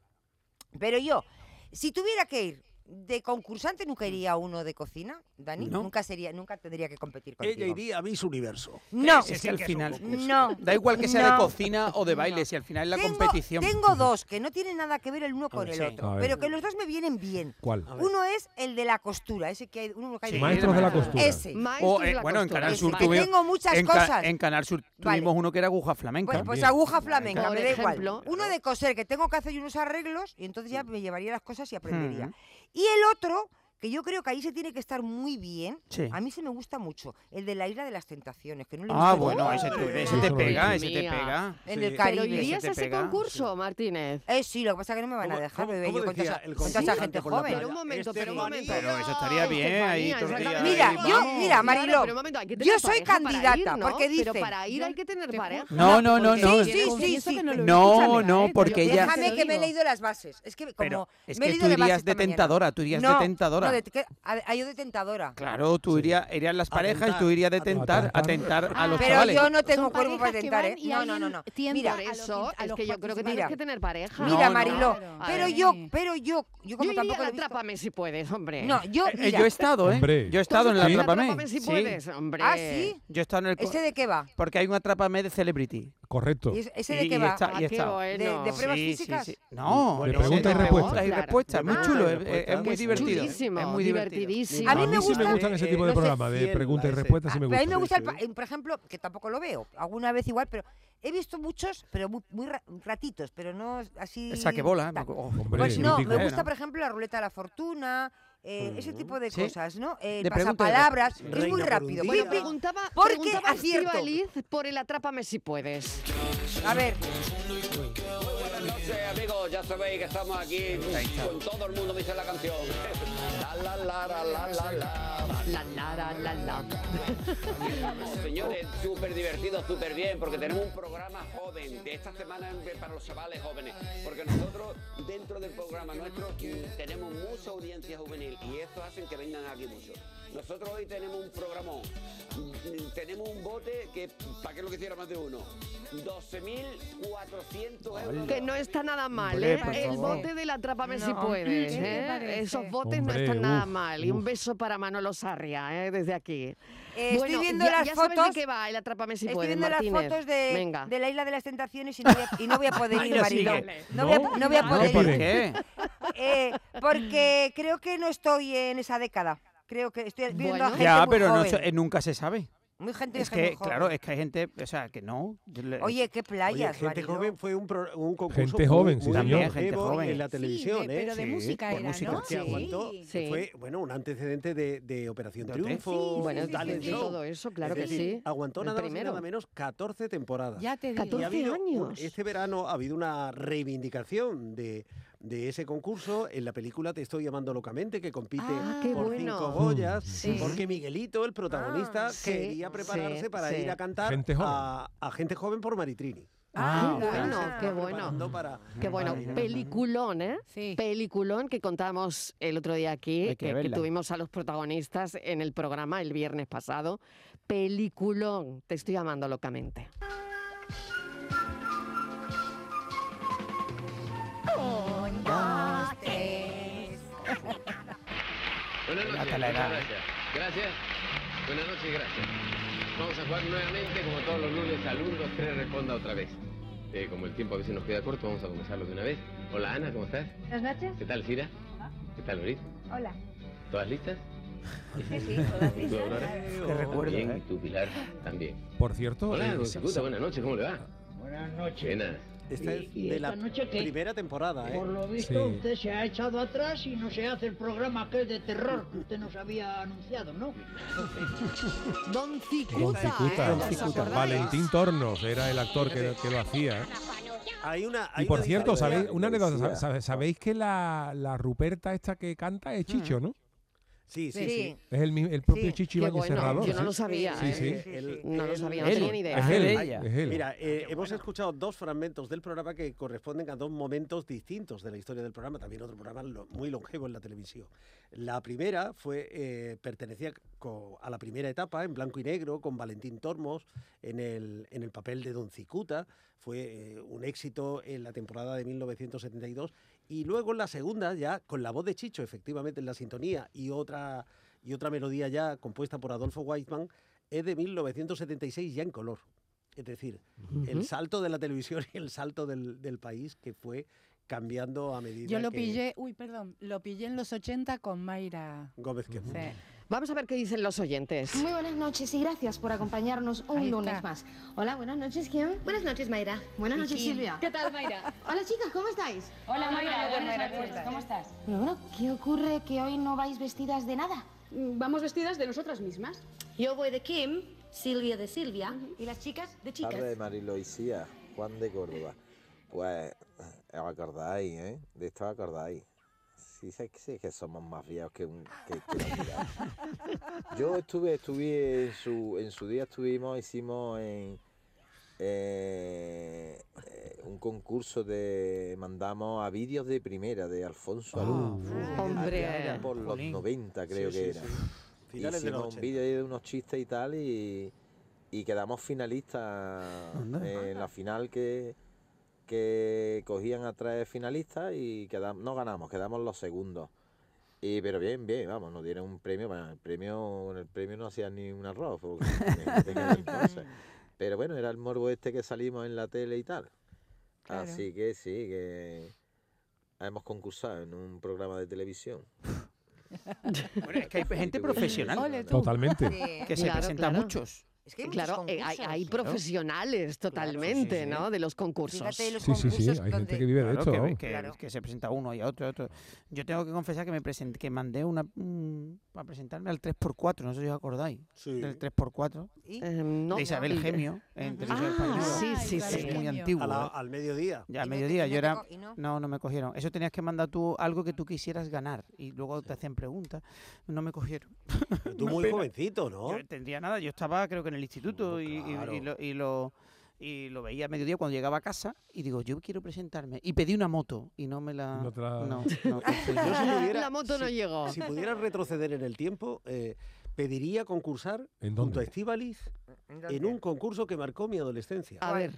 [SPEAKER 8] Pero yo, si tuviera que ir de concursante, nunca iría a uno de cocina, Dani.
[SPEAKER 7] Mm. No.
[SPEAKER 8] Nunca, sería, nunca tendría que competir contigo.
[SPEAKER 6] Ella iría a Miss Universo.
[SPEAKER 8] No,
[SPEAKER 7] Ese es el final.
[SPEAKER 8] no.
[SPEAKER 7] Da igual que sea
[SPEAKER 8] No.
[SPEAKER 7] de cocina o de baile, si al final es la
[SPEAKER 8] Tengo-
[SPEAKER 7] competición.
[SPEAKER 8] Tengo dos que no tienen nada que ver el uno con
[SPEAKER 7] ver,
[SPEAKER 8] el
[SPEAKER 7] sí.
[SPEAKER 8] otro,
[SPEAKER 4] A ver.
[SPEAKER 8] pero que los dos me vienen bien.
[SPEAKER 4] ¿Cuál?
[SPEAKER 6] A ver.
[SPEAKER 8] Uno es el de la costura, ese que hay uno que hay
[SPEAKER 7] Sí,
[SPEAKER 4] Maestros de la costura.
[SPEAKER 8] Ese.
[SPEAKER 1] Maestros
[SPEAKER 7] O,
[SPEAKER 1] de
[SPEAKER 7] eh,
[SPEAKER 1] la
[SPEAKER 7] bueno, en
[SPEAKER 1] costura.
[SPEAKER 7] Canal
[SPEAKER 8] Ese,
[SPEAKER 7] Sur
[SPEAKER 8] que
[SPEAKER 7] tuvi-
[SPEAKER 8] tengo muchas
[SPEAKER 7] en Ca-
[SPEAKER 8] cosas.
[SPEAKER 7] en Canal Sur
[SPEAKER 8] Vale.
[SPEAKER 7] tuvimos uno que era aguja flamenca.
[SPEAKER 8] Bueno, pues
[SPEAKER 4] También.
[SPEAKER 8] aguja flamenca,
[SPEAKER 1] Por
[SPEAKER 8] me da
[SPEAKER 1] ejemplo.
[SPEAKER 8] igual. Uno de coser, que tengo que hacer unos arreglos y entonces ya me llevaría las
[SPEAKER 7] Hmm.
[SPEAKER 8] cosas y aprendería. Y el otro, que yo creo que ahí se tiene que estar muy bien,
[SPEAKER 7] Sí.
[SPEAKER 8] a mí se me gusta mucho, el de la isla de las tentaciones, que no lo he
[SPEAKER 7] Ah,
[SPEAKER 8] visto
[SPEAKER 7] bueno,
[SPEAKER 8] nunca.
[SPEAKER 7] ese, tú- ese
[SPEAKER 4] Eso
[SPEAKER 7] te
[SPEAKER 4] lo
[SPEAKER 7] pega,
[SPEAKER 1] he
[SPEAKER 7] ese
[SPEAKER 1] hecho.
[SPEAKER 7] te
[SPEAKER 1] Mía.
[SPEAKER 7] pega.
[SPEAKER 8] En
[SPEAKER 6] Sí.
[SPEAKER 8] el
[SPEAKER 1] Pero
[SPEAKER 8] Caribe.
[SPEAKER 1] irías
[SPEAKER 7] se
[SPEAKER 1] a
[SPEAKER 7] te
[SPEAKER 1] ese
[SPEAKER 7] pega.
[SPEAKER 1] concurso, Martínez.
[SPEAKER 8] Eh, sí, lo que pasa es que no me van a
[SPEAKER 6] ¿Cómo-
[SPEAKER 8] dejar,
[SPEAKER 6] cómo-
[SPEAKER 8] bebé,
[SPEAKER 6] cómo
[SPEAKER 8] yo con
[SPEAKER 6] decía
[SPEAKER 8] toda esa-
[SPEAKER 6] el
[SPEAKER 8] con toda esa
[SPEAKER 6] concursante
[SPEAKER 8] gente
[SPEAKER 6] por la
[SPEAKER 8] joven.
[SPEAKER 6] playa?
[SPEAKER 1] Pero un momento,
[SPEAKER 7] Este
[SPEAKER 1] pero un
[SPEAKER 6] Estefanía.
[SPEAKER 1] momento.
[SPEAKER 7] Pero eso estaría bien ahí,
[SPEAKER 1] Estefanía,
[SPEAKER 7] tortilla,
[SPEAKER 1] exactamente.
[SPEAKER 8] Mira,
[SPEAKER 7] ahí,
[SPEAKER 8] yo,
[SPEAKER 7] vamos.
[SPEAKER 8] mira, Mariló,
[SPEAKER 1] Claro, pero un momento, hay que tener
[SPEAKER 8] yo soy
[SPEAKER 1] pareja para
[SPEAKER 8] candidata,
[SPEAKER 1] ir, ¿no?
[SPEAKER 8] porque
[SPEAKER 1] Pero
[SPEAKER 8] dicen-
[SPEAKER 1] para ir hay que tener
[SPEAKER 5] Te
[SPEAKER 1] pareja.
[SPEAKER 5] juro,
[SPEAKER 7] No, no,
[SPEAKER 5] porque
[SPEAKER 7] no,
[SPEAKER 5] yo
[SPEAKER 7] no.
[SPEAKER 8] ¿eh? Sí, sí,
[SPEAKER 5] confieso
[SPEAKER 8] sí,
[SPEAKER 5] que lo he
[SPEAKER 7] No,
[SPEAKER 5] visto, Sandra,
[SPEAKER 7] no,
[SPEAKER 5] ¿eh?
[SPEAKER 7] porque
[SPEAKER 5] Yo-
[SPEAKER 7] ella-
[SPEAKER 8] Déjame
[SPEAKER 5] te
[SPEAKER 8] que
[SPEAKER 5] lo
[SPEAKER 8] me he
[SPEAKER 5] digo.
[SPEAKER 8] leído las bases. Es que como
[SPEAKER 7] Pero es
[SPEAKER 8] me he
[SPEAKER 7] que
[SPEAKER 8] leído
[SPEAKER 7] tú
[SPEAKER 8] de bases
[SPEAKER 7] irías
[SPEAKER 8] esta
[SPEAKER 7] de
[SPEAKER 8] mañana.
[SPEAKER 7] tentadora, tú irías de
[SPEAKER 8] No,
[SPEAKER 7] tentadora.
[SPEAKER 8] No, de, que- a, a yo de tentadora.
[SPEAKER 7] Claro, tú irías, irían las parejas y tú
[SPEAKER 6] Atentar,
[SPEAKER 7] irías de tentar, a
[SPEAKER 4] atentar.
[SPEAKER 7] tentar a los
[SPEAKER 8] Pero
[SPEAKER 7] chavales.
[SPEAKER 8] yo no
[SPEAKER 5] Son
[SPEAKER 8] tengo cuerpo
[SPEAKER 5] parejas
[SPEAKER 8] para
[SPEAKER 5] que
[SPEAKER 8] tentar,
[SPEAKER 5] van
[SPEAKER 8] ¿eh?
[SPEAKER 5] y
[SPEAKER 8] No, no, no,
[SPEAKER 5] alguien
[SPEAKER 8] no.
[SPEAKER 5] tiende
[SPEAKER 8] Mira,
[SPEAKER 5] a
[SPEAKER 1] Por
[SPEAKER 5] los
[SPEAKER 1] eso
[SPEAKER 5] in- a
[SPEAKER 1] es
[SPEAKER 5] los
[SPEAKER 1] que yo creo que
[SPEAKER 5] participantes.
[SPEAKER 1] tienes
[SPEAKER 8] Mira.
[SPEAKER 1] que tener pareja.
[SPEAKER 8] Mira,
[SPEAKER 7] no.
[SPEAKER 8] Mariló,
[SPEAKER 5] Claro.
[SPEAKER 8] pero
[SPEAKER 5] Ay.
[SPEAKER 8] yo, pero yo, yo como
[SPEAKER 1] Yo iría
[SPEAKER 8] tampoco
[SPEAKER 1] a
[SPEAKER 8] lo
[SPEAKER 1] la
[SPEAKER 8] he visto-
[SPEAKER 1] trápame si puedes, hombre.
[SPEAKER 8] No, yo,
[SPEAKER 7] Eh, eh,
[SPEAKER 8] mira.
[SPEAKER 7] yo he estado, ¿eh?
[SPEAKER 4] Hombre.
[SPEAKER 7] Yo he
[SPEAKER 1] Tú
[SPEAKER 7] estado en la
[SPEAKER 1] has estado
[SPEAKER 7] Atrápame.
[SPEAKER 1] Atrápame si
[SPEAKER 7] Sí.
[SPEAKER 1] puedes, hombre.
[SPEAKER 8] Ah, ¿sí?
[SPEAKER 7] Yo he estado en el... co-
[SPEAKER 8] ¿Ese de qué va?
[SPEAKER 7] Porque hay un Atrápame de Celebrity.
[SPEAKER 4] Correcto.
[SPEAKER 8] ¿Y ese- ¿Ese de
[SPEAKER 7] Y-
[SPEAKER 8] qué
[SPEAKER 7] y
[SPEAKER 8] va?
[SPEAKER 7] está-
[SPEAKER 1] Ah,
[SPEAKER 7] y
[SPEAKER 1] qué
[SPEAKER 7] está.
[SPEAKER 1] bueno.
[SPEAKER 8] De- de pruebas físicas?
[SPEAKER 7] No,
[SPEAKER 4] De
[SPEAKER 7] bueno,
[SPEAKER 4] preguntas y
[SPEAKER 7] de
[SPEAKER 4] respuestas.
[SPEAKER 7] preguntas y
[SPEAKER 1] Claro.
[SPEAKER 7] respuestas. Muy
[SPEAKER 1] Ah,
[SPEAKER 7] chulo, eh,
[SPEAKER 6] de
[SPEAKER 7] es- es,
[SPEAKER 6] preguntas.
[SPEAKER 7] muy divertido.
[SPEAKER 1] Chulísimo,
[SPEAKER 7] Es muy divertido.
[SPEAKER 1] divertidísimo.
[SPEAKER 8] A mí me
[SPEAKER 4] sí
[SPEAKER 8] gusta-
[SPEAKER 4] me gustan ese tipo de
[SPEAKER 6] Eh, no sé,
[SPEAKER 4] programas, de
[SPEAKER 6] fiel,
[SPEAKER 4] preguntas y
[SPEAKER 6] ese.
[SPEAKER 4] respuestas, sí me
[SPEAKER 8] Ah, pero a mí me
[SPEAKER 4] gustan.
[SPEAKER 8] gusta, el pa- eh, por ejemplo, que tampoco lo veo, alguna vez igual, pero he visto muchos, pero muy, muy ra- ratitos, pero no así.
[SPEAKER 7] Esa que bola.
[SPEAKER 8] tal.
[SPEAKER 7] Oh,
[SPEAKER 4] Hombre,
[SPEAKER 8] Pues
[SPEAKER 4] sí,
[SPEAKER 8] no,
[SPEAKER 4] mítico.
[SPEAKER 8] me gusta,
[SPEAKER 7] Bueno.
[SPEAKER 8] por ejemplo, la ruleta de la fortuna, eh, ese tipo de
[SPEAKER 7] Sí.
[SPEAKER 8] cosas, ¿no? El
[SPEAKER 7] De pregunta y
[SPEAKER 8] pasapalabras,
[SPEAKER 7] respuesta.
[SPEAKER 8] es
[SPEAKER 6] Reina
[SPEAKER 8] muy
[SPEAKER 6] por un día.
[SPEAKER 8] rápido. Pi,
[SPEAKER 1] Bueno,
[SPEAKER 8] pi.
[SPEAKER 1] preguntaba,
[SPEAKER 8] ¿Por qué
[SPEAKER 1] preguntaba
[SPEAKER 8] acierto?
[SPEAKER 1] Estíbaliz por el Atrápame si puedes.
[SPEAKER 8] a ver,
[SPEAKER 9] noches, amigos, ya sabéis que estamos aquí con todo el mundo, dice la canción. *laughs* La, la, la, la, la, la, la.
[SPEAKER 1] La, la, la, la, la.
[SPEAKER 9] Señores, súper divertido, súper bien, porque tenemos un programa joven de esta semana para los chavales jóvenes. Porque nosotros, dentro del programa nuestro, tenemos mucha audiencia juvenil y esto hacen que vengan aquí muchos. Nosotros hoy tenemos un programa, tenemos un bote que, ¿para qué lo quisiera más de uno? 12.400 euros.
[SPEAKER 1] Que no está nada mal,
[SPEAKER 7] Hombre,
[SPEAKER 1] ¿eh?
[SPEAKER 7] por
[SPEAKER 1] El
[SPEAKER 7] favor.
[SPEAKER 1] bote del Atrápame
[SPEAKER 8] No,
[SPEAKER 1] si puedes,
[SPEAKER 5] ¿qué te
[SPEAKER 1] ¿eh?
[SPEAKER 5] parece?
[SPEAKER 1] Esos botes no
[SPEAKER 4] Hombre,
[SPEAKER 1] están nada
[SPEAKER 4] uf,
[SPEAKER 1] mal. Y un
[SPEAKER 4] uf.
[SPEAKER 1] beso para Manolo Sarria, ¿eh? Desde aquí.
[SPEAKER 8] eh, estoy
[SPEAKER 1] Bueno,
[SPEAKER 8] viendo
[SPEAKER 1] ya-
[SPEAKER 8] las
[SPEAKER 1] ya
[SPEAKER 8] fotos.
[SPEAKER 1] Sabes de qué va el Atrápame si
[SPEAKER 8] Estoy
[SPEAKER 1] puedes,
[SPEAKER 8] viendo las
[SPEAKER 1] Martínez.
[SPEAKER 8] fotos de,
[SPEAKER 1] Venga.
[SPEAKER 8] de la isla de las tentaciones y no voy a, y no voy a poder ir,
[SPEAKER 7] Ella
[SPEAKER 8] Mariló.
[SPEAKER 7] sigue.
[SPEAKER 8] No, voy a, no voy a
[SPEAKER 4] No,
[SPEAKER 8] poder
[SPEAKER 4] ¿por
[SPEAKER 8] ir.
[SPEAKER 7] ¿Qué?
[SPEAKER 8] *laughs* Eh, porque creo que no estoy en esa década. Creo que estoy viendo
[SPEAKER 1] Bueno.
[SPEAKER 8] a gente
[SPEAKER 7] Ya,
[SPEAKER 8] muy
[SPEAKER 7] pero no,
[SPEAKER 8] joven.
[SPEAKER 7] se- eh, nunca se sabe.
[SPEAKER 8] Muy gente,
[SPEAKER 7] Es
[SPEAKER 8] gente
[SPEAKER 7] que,
[SPEAKER 8] muy joven.
[SPEAKER 7] claro, es que hay gente, o sea, que no. Yo le-
[SPEAKER 8] Oye, qué
[SPEAKER 6] Oye,
[SPEAKER 8] playas,
[SPEAKER 6] gente
[SPEAKER 8] Mariló.
[SPEAKER 6] joven fue un, pro- un concurso
[SPEAKER 4] Gente joven, sí,
[SPEAKER 6] muy
[SPEAKER 4] señor.
[SPEAKER 7] Gente
[SPEAKER 6] longevo
[SPEAKER 7] joven.
[SPEAKER 6] en la
[SPEAKER 5] Sí,
[SPEAKER 6] televisión,
[SPEAKER 5] de-
[SPEAKER 6] ¿eh?
[SPEAKER 5] Pero de
[SPEAKER 7] Sí,
[SPEAKER 5] música
[SPEAKER 7] por
[SPEAKER 5] era,
[SPEAKER 7] música.
[SPEAKER 5] ¿no?
[SPEAKER 6] que aguantó, que
[SPEAKER 1] Sí.
[SPEAKER 6] fue bueno, un antecedente de, de Operación
[SPEAKER 7] ¿De
[SPEAKER 6] Triunfo,
[SPEAKER 5] hotel?
[SPEAKER 1] Bueno,
[SPEAKER 6] un
[SPEAKER 5] sí,
[SPEAKER 6] talent
[SPEAKER 5] sí, sí.
[SPEAKER 6] show.
[SPEAKER 1] todo eso, claro
[SPEAKER 6] Es
[SPEAKER 1] que
[SPEAKER 6] decir,
[SPEAKER 1] sí.
[SPEAKER 6] Aguantó
[SPEAKER 1] El
[SPEAKER 6] nada más y
[SPEAKER 1] primero.
[SPEAKER 6] nada menos 14 temporadas.
[SPEAKER 5] Ya te digo.
[SPEAKER 1] 14
[SPEAKER 6] Y ha habido un-
[SPEAKER 1] años.
[SPEAKER 6] este verano ha habido una reivindicación de, de ese concurso en la película Te estoy llamando locamente, que compite
[SPEAKER 1] Ah, qué
[SPEAKER 6] por
[SPEAKER 1] bueno.
[SPEAKER 6] cinco Goyas,
[SPEAKER 1] Sí.
[SPEAKER 6] porque Miguelito, el protagonista,
[SPEAKER 1] sí,
[SPEAKER 6] quería prepararse
[SPEAKER 1] sí,
[SPEAKER 6] para
[SPEAKER 1] sí.
[SPEAKER 6] ir a cantar
[SPEAKER 4] Gente joven.
[SPEAKER 6] a, a gente joven por Maritrini.
[SPEAKER 1] Ah,
[SPEAKER 7] Ah,
[SPEAKER 1] qué
[SPEAKER 6] Ahí se
[SPEAKER 1] bueno,
[SPEAKER 6] estaba
[SPEAKER 1] qué bueno.
[SPEAKER 6] preparando para-
[SPEAKER 1] Qué bueno,
[SPEAKER 6] para ir a-
[SPEAKER 1] peliculón, ¿eh?
[SPEAKER 5] Sí.
[SPEAKER 1] Peliculón que contábamos el otro día aquí,
[SPEAKER 7] Hay que
[SPEAKER 1] que, que
[SPEAKER 7] verla.
[SPEAKER 1] tuvimos a los protagonistas en el programa el viernes pasado. Peliculón, te estoy llamando locamente.
[SPEAKER 9] Buenas
[SPEAKER 7] Buena
[SPEAKER 9] noches,
[SPEAKER 7] calidad.
[SPEAKER 9] muchas gracias. Gracias. Buenas noches y gracias. Vamos a jugar nuevamente, como todos los lunes, al 1, 2, 3, responda otra vez. Eh, como el tiempo a veces nos queda corto, vamos a comenzarlo de una vez. Hola Ana, ¿cómo estás?
[SPEAKER 10] Buenas noches.
[SPEAKER 9] ¿Qué tal, Cira? ¿Qué tal, Loris?
[SPEAKER 10] Hola.
[SPEAKER 9] ¿Todas listas?
[SPEAKER 10] Sí, sí, todas
[SPEAKER 9] ¿Y tú,
[SPEAKER 10] listas.
[SPEAKER 9] Aurora?
[SPEAKER 7] Qué recuerdo,
[SPEAKER 9] Bien,
[SPEAKER 7] ¿eh?
[SPEAKER 9] y tú, Pilar, también.
[SPEAKER 4] Por cierto,
[SPEAKER 9] Hola,
[SPEAKER 4] eh,
[SPEAKER 9] Gonzaguta, buenas noches, ¿cómo le va? Buenas noches. Buenas.
[SPEAKER 6] Esta Este es
[SPEAKER 10] Y- y
[SPEAKER 6] de
[SPEAKER 10] esta
[SPEAKER 6] la
[SPEAKER 10] noche que-
[SPEAKER 6] primera temporada, ¿eh?
[SPEAKER 10] Por lo visto,
[SPEAKER 4] Sí.
[SPEAKER 10] usted se ha echado atrás y no se hace el programa que es de terror que usted nos había anunciado, ¿no?
[SPEAKER 1] Don
[SPEAKER 4] Don
[SPEAKER 1] Cicuta,
[SPEAKER 4] Cicuta.
[SPEAKER 1] ¿eh? ¿Os acordáis?
[SPEAKER 4] *laughs* Valentín Tornos era el actor que, que lo hacía. ¿eh?
[SPEAKER 6] Hay una, hay
[SPEAKER 4] Y por
[SPEAKER 6] una
[SPEAKER 4] cierto,
[SPEAKER 6] diferencia.
[SPEAKER 4] ¿sabéis una anécdota? ¿Sabe- sabe- ¿Sabéis que la, la Ruperta esta que canta es Chicho, no?
[SPEAKER 6] Hmm. Sí, sí,
[SPEAKER 8] Sí,
[SPEAKER 6] sí.
[SPEAKER 4] Es el, mi- el propio
[SPEAKER 8] Sí,
[SPEAKER 4] Chicho
[SPEAKER 1] Qué
[SPEAKER 4] Ibáñez
[SPEAKER 1] bueno,
[SPEAKER 4] Serrador.
[SPEAKER 1] yo no
[SPEAKER 4] ¿sí?
[SPEAKER 1] lo sabía,
[SPEAKER 4] Sí,
[SPEAKER 1] ¿eh?
[SPEAKER 4] sí.
[SPEAKER 6] Él-
[SPEAKER 1] No lo
[SPEAKER 6] él-
[SPEAKER 1] sabía, no
[SPEAKER 7] él-
[SPEAKER 1] tenía ni idea.
[SPEAKER 4] Es él,
[SPEAKER 7] de ella.
[SPEAKER 4] es él.
[SPEAKER 6] Mira, eh, hemos escuchado dos fragmentos del programa que corresponden a dos momentos distintos de la historia del programa, también otro programa lo- muy longevo en la televisión. La primera fue eh, pertenecía co- a la primera etapa, en blanco y negro, con Valentín Tormos en el, en el papel de Don Cicuta. Fue eh, un éxito en la temporada de 1972. Y luego en la segunda, ya con la voz de Chicho, efectivamente, en la sintonía y otra, y otra melodía ya compuesta por Adolfo Weisman, es de 1976 ya en color. Es decir, el salto de la televisión y el salto del, del país que fue cambiando a medida
[SPEAKER 5] Yo lo
[SPEAKER 6] que
[SPEAKER 5] pillé, uy, perdón, lo pillé en los 80 con Mayra.
[SPEAKER 6] Gómez que
[SPEAKER 5] Sí.
[SPEAKER 1] Vamos a ver qué dicen los oyentes.
[SPEAKER 11] Muy buenas noches y gracias por acompañarnos un
[SPEAKER 5] Ahí está.
[SPEAKER 11] lunes más. Hola, buenas noches, Kim. Buenas noches, Mayra. Buenas noches, Silvia. ¿Qué tal, Mayra? *laughs* Hola, chicas, ¿cómo estáis?
[SPEAKER 12] Hola Mayra, buenas noches, ¿cómo estás?
[SPEAKER 11] Bueno, bueno, ¿qué ocurre que hoy no vais vestidas de nada?
[SPEAKER 12] Mm, Vamos vestidas de nosotras mismas.
[SPEAKER 11] Yo voy de Kim, Silvia de Silvia y las chicas de chicas.
[SPEAKER 13] Tarde de Mariloisía, Juan de Córdoba. Pues, os acordáis, ¿eh? De esto os acordáis. Sí, sé que, sí que somos más viejos que un... que- que la vida. Yo estuve, estuve en su, en su día, estuvimos, hicimos en, eh, eh, un concurso de... Mandamos a vídeos de primera de Alfonso Alú.
[SPEAKER 1] Hombre.
[SPEAKER 13] Allá Por los
[SPEAKER 7] Jolín.
[SPEAKER 13] 90 creo
[SPEAKER 6] Sí,
[SPEAKER 13] que
[SPEAKER 6] sí,
[SPEAKER 13] era.
[SPEAKER 6] sí. Finales de los
[SPEAKER 13] Hicimos un
[SPEAKER 6] 80.
[SPEAKER 13] vídeo ahí de unos chistes y tal y, y quedamos finalistas en la final que, que cogían a tres finalistas y quedamos, no ganamos, quedamos los segundos. Y, pero bien, bien, vamos, nos dieron un premio, bueno, el premio, con el premio no hacían ni un arroz, porque imagínate que era entonces. pero bueno, era el morbo este que salimos en la tele y tal.
[SPEAKER 8] Claro.
[SPEAKER 13] Así que sí, que hemos concursado en un programa de televisión.
[SPEAKER 7] *laughs* Bueno, es
[SPEAKER 13] *laughs*
[SPEAKER 7] que hay gente profesional
[SPEAKER 5] Ole, tú.
[SPEAKER 4] Totalmente.
[SPEAKER 8] Sí.
[SPEAKER 7] que se
[SPEAKER 1] Claro,
[SPEAKER 7] presenta a
[SPEAKER 1] claro.
[SPEAKER 7] muchos.
[SPEAKER 8] Es que hay muchos
[SPEAKER 1] Claro, eh, hay,
[SPEAKER 8] concursos.
[SPEAKER 1] hay profesionales totalmente,
[SPEAKER 7] sí, sí.
[SPEAKER 1] ¿no? De los concursos.
[SPEAKER 8] Fíjate de los
[SPEAKER 4] Sí, sí,
[SPEAKER 8] concursos
[SPEAKER 4] sí. Hay
[SPEAKER 8] donde...
[SPEAKER 4] gente que vive de
[SPEAKER 7] Claro,
[SPEAKER 4] esto.
[SPEAKER 7] que,
[SPEAKER 4] vamos.
[SPEAKER 7] que-
[SPEAKER 8] Claro.
[SPEAKER 7] que se presenta uno y a otro, a otro. Yo tengo que confesar que me presenté, que mandé una mm, para presentarme al 3x4, no sé si os acordáis,
[SPEAKER 6] Sí.
[SPEAKER 7] del 3x4
[SPEAKER 8] ¿Y?
[SPEAKER 1] Eh, no.
[SPEAKER 7] de Isabel
[SPEAKER 1] Y-
[SPEAKER 7] Gemio en Televisión
[SPEAKER 1] Ah,
[SPEAKER 7] Española.
[SPEAKER 1] sí,
[SPEAKER 5] Ay,
[SPEAKER 1] sí,
[SPEAKER 5] claro,
[SPEAKER 1] sí.
[SPEAKER 7] es muy
[SPEAKER 5] Gemio.
[SPEAKER 7] antiguo.
[SPEAKER 6] A la-
[SPEAKER 7] ¿eh?
[SPEAKER 6] al mediodía.
[SPEAKER 7] Ya a
[SPEAKER 8] Y no te-
[SPEAKER 7] mediodía
[SPEAKER 8] y
[SPEAKER 7] yo
[SPEAKER 8] no te
[SPEAKER 7] era
[SPEAKER 8] co- y no. Ah.
[SPEAKER 7] No, no me cogieron. Eso tenías que mandar tú algo que tú quisieras ganar y luego te hacían preguntas. No me cogieron.
[SPEAKER 6] Pero
[SPEAKER 7] *laughs*
[SPEAKER 6] tú
[SPEAKER 7] Una
[SPEAKER 6] muy
[SPEAKER 7] pena.
[SPEAKER 6] jovencito, ¿no?
[SPEAKER 7] Yo tendría nada. Yo estaba creo que en el instituto
[SPEAKER 6] No,
[SPEAKER 7] y, y- y
[SPEAKER 6] claro.
[SPEAKER 7] lo, y lo- y lo veía a mediodía cuando llegaba a casa y digo, yo quiero presentarme. Y pedí una moto y no me la...
[SPEAKER 4] No te la- *laughs*
[SPEAKER 7] no, pues,
[SPEAKER 6] *laughs*
[SPEAKER 7] no, sí,
[SPEAKER 6] Yo si pudiera,
[SPEAKER 1] *laughs* La moto no
[SPEAKER 6] si-
[SPEAKER 1] llegó.
[SPEAKER 6] Si pudiera retroceder en el tiempo, eh, pediría concursar
[SPEAKER 4] ¿En
[SPEAKER 6] junto a
[SPEAKER 4] dónde?
[SPEAKER 6] Estivaliz
[SPEAKER 8] Mm,
[SPEAKER 6] en un concurso que marcó mi adolescencia.
[SPEAKER 1] A ver,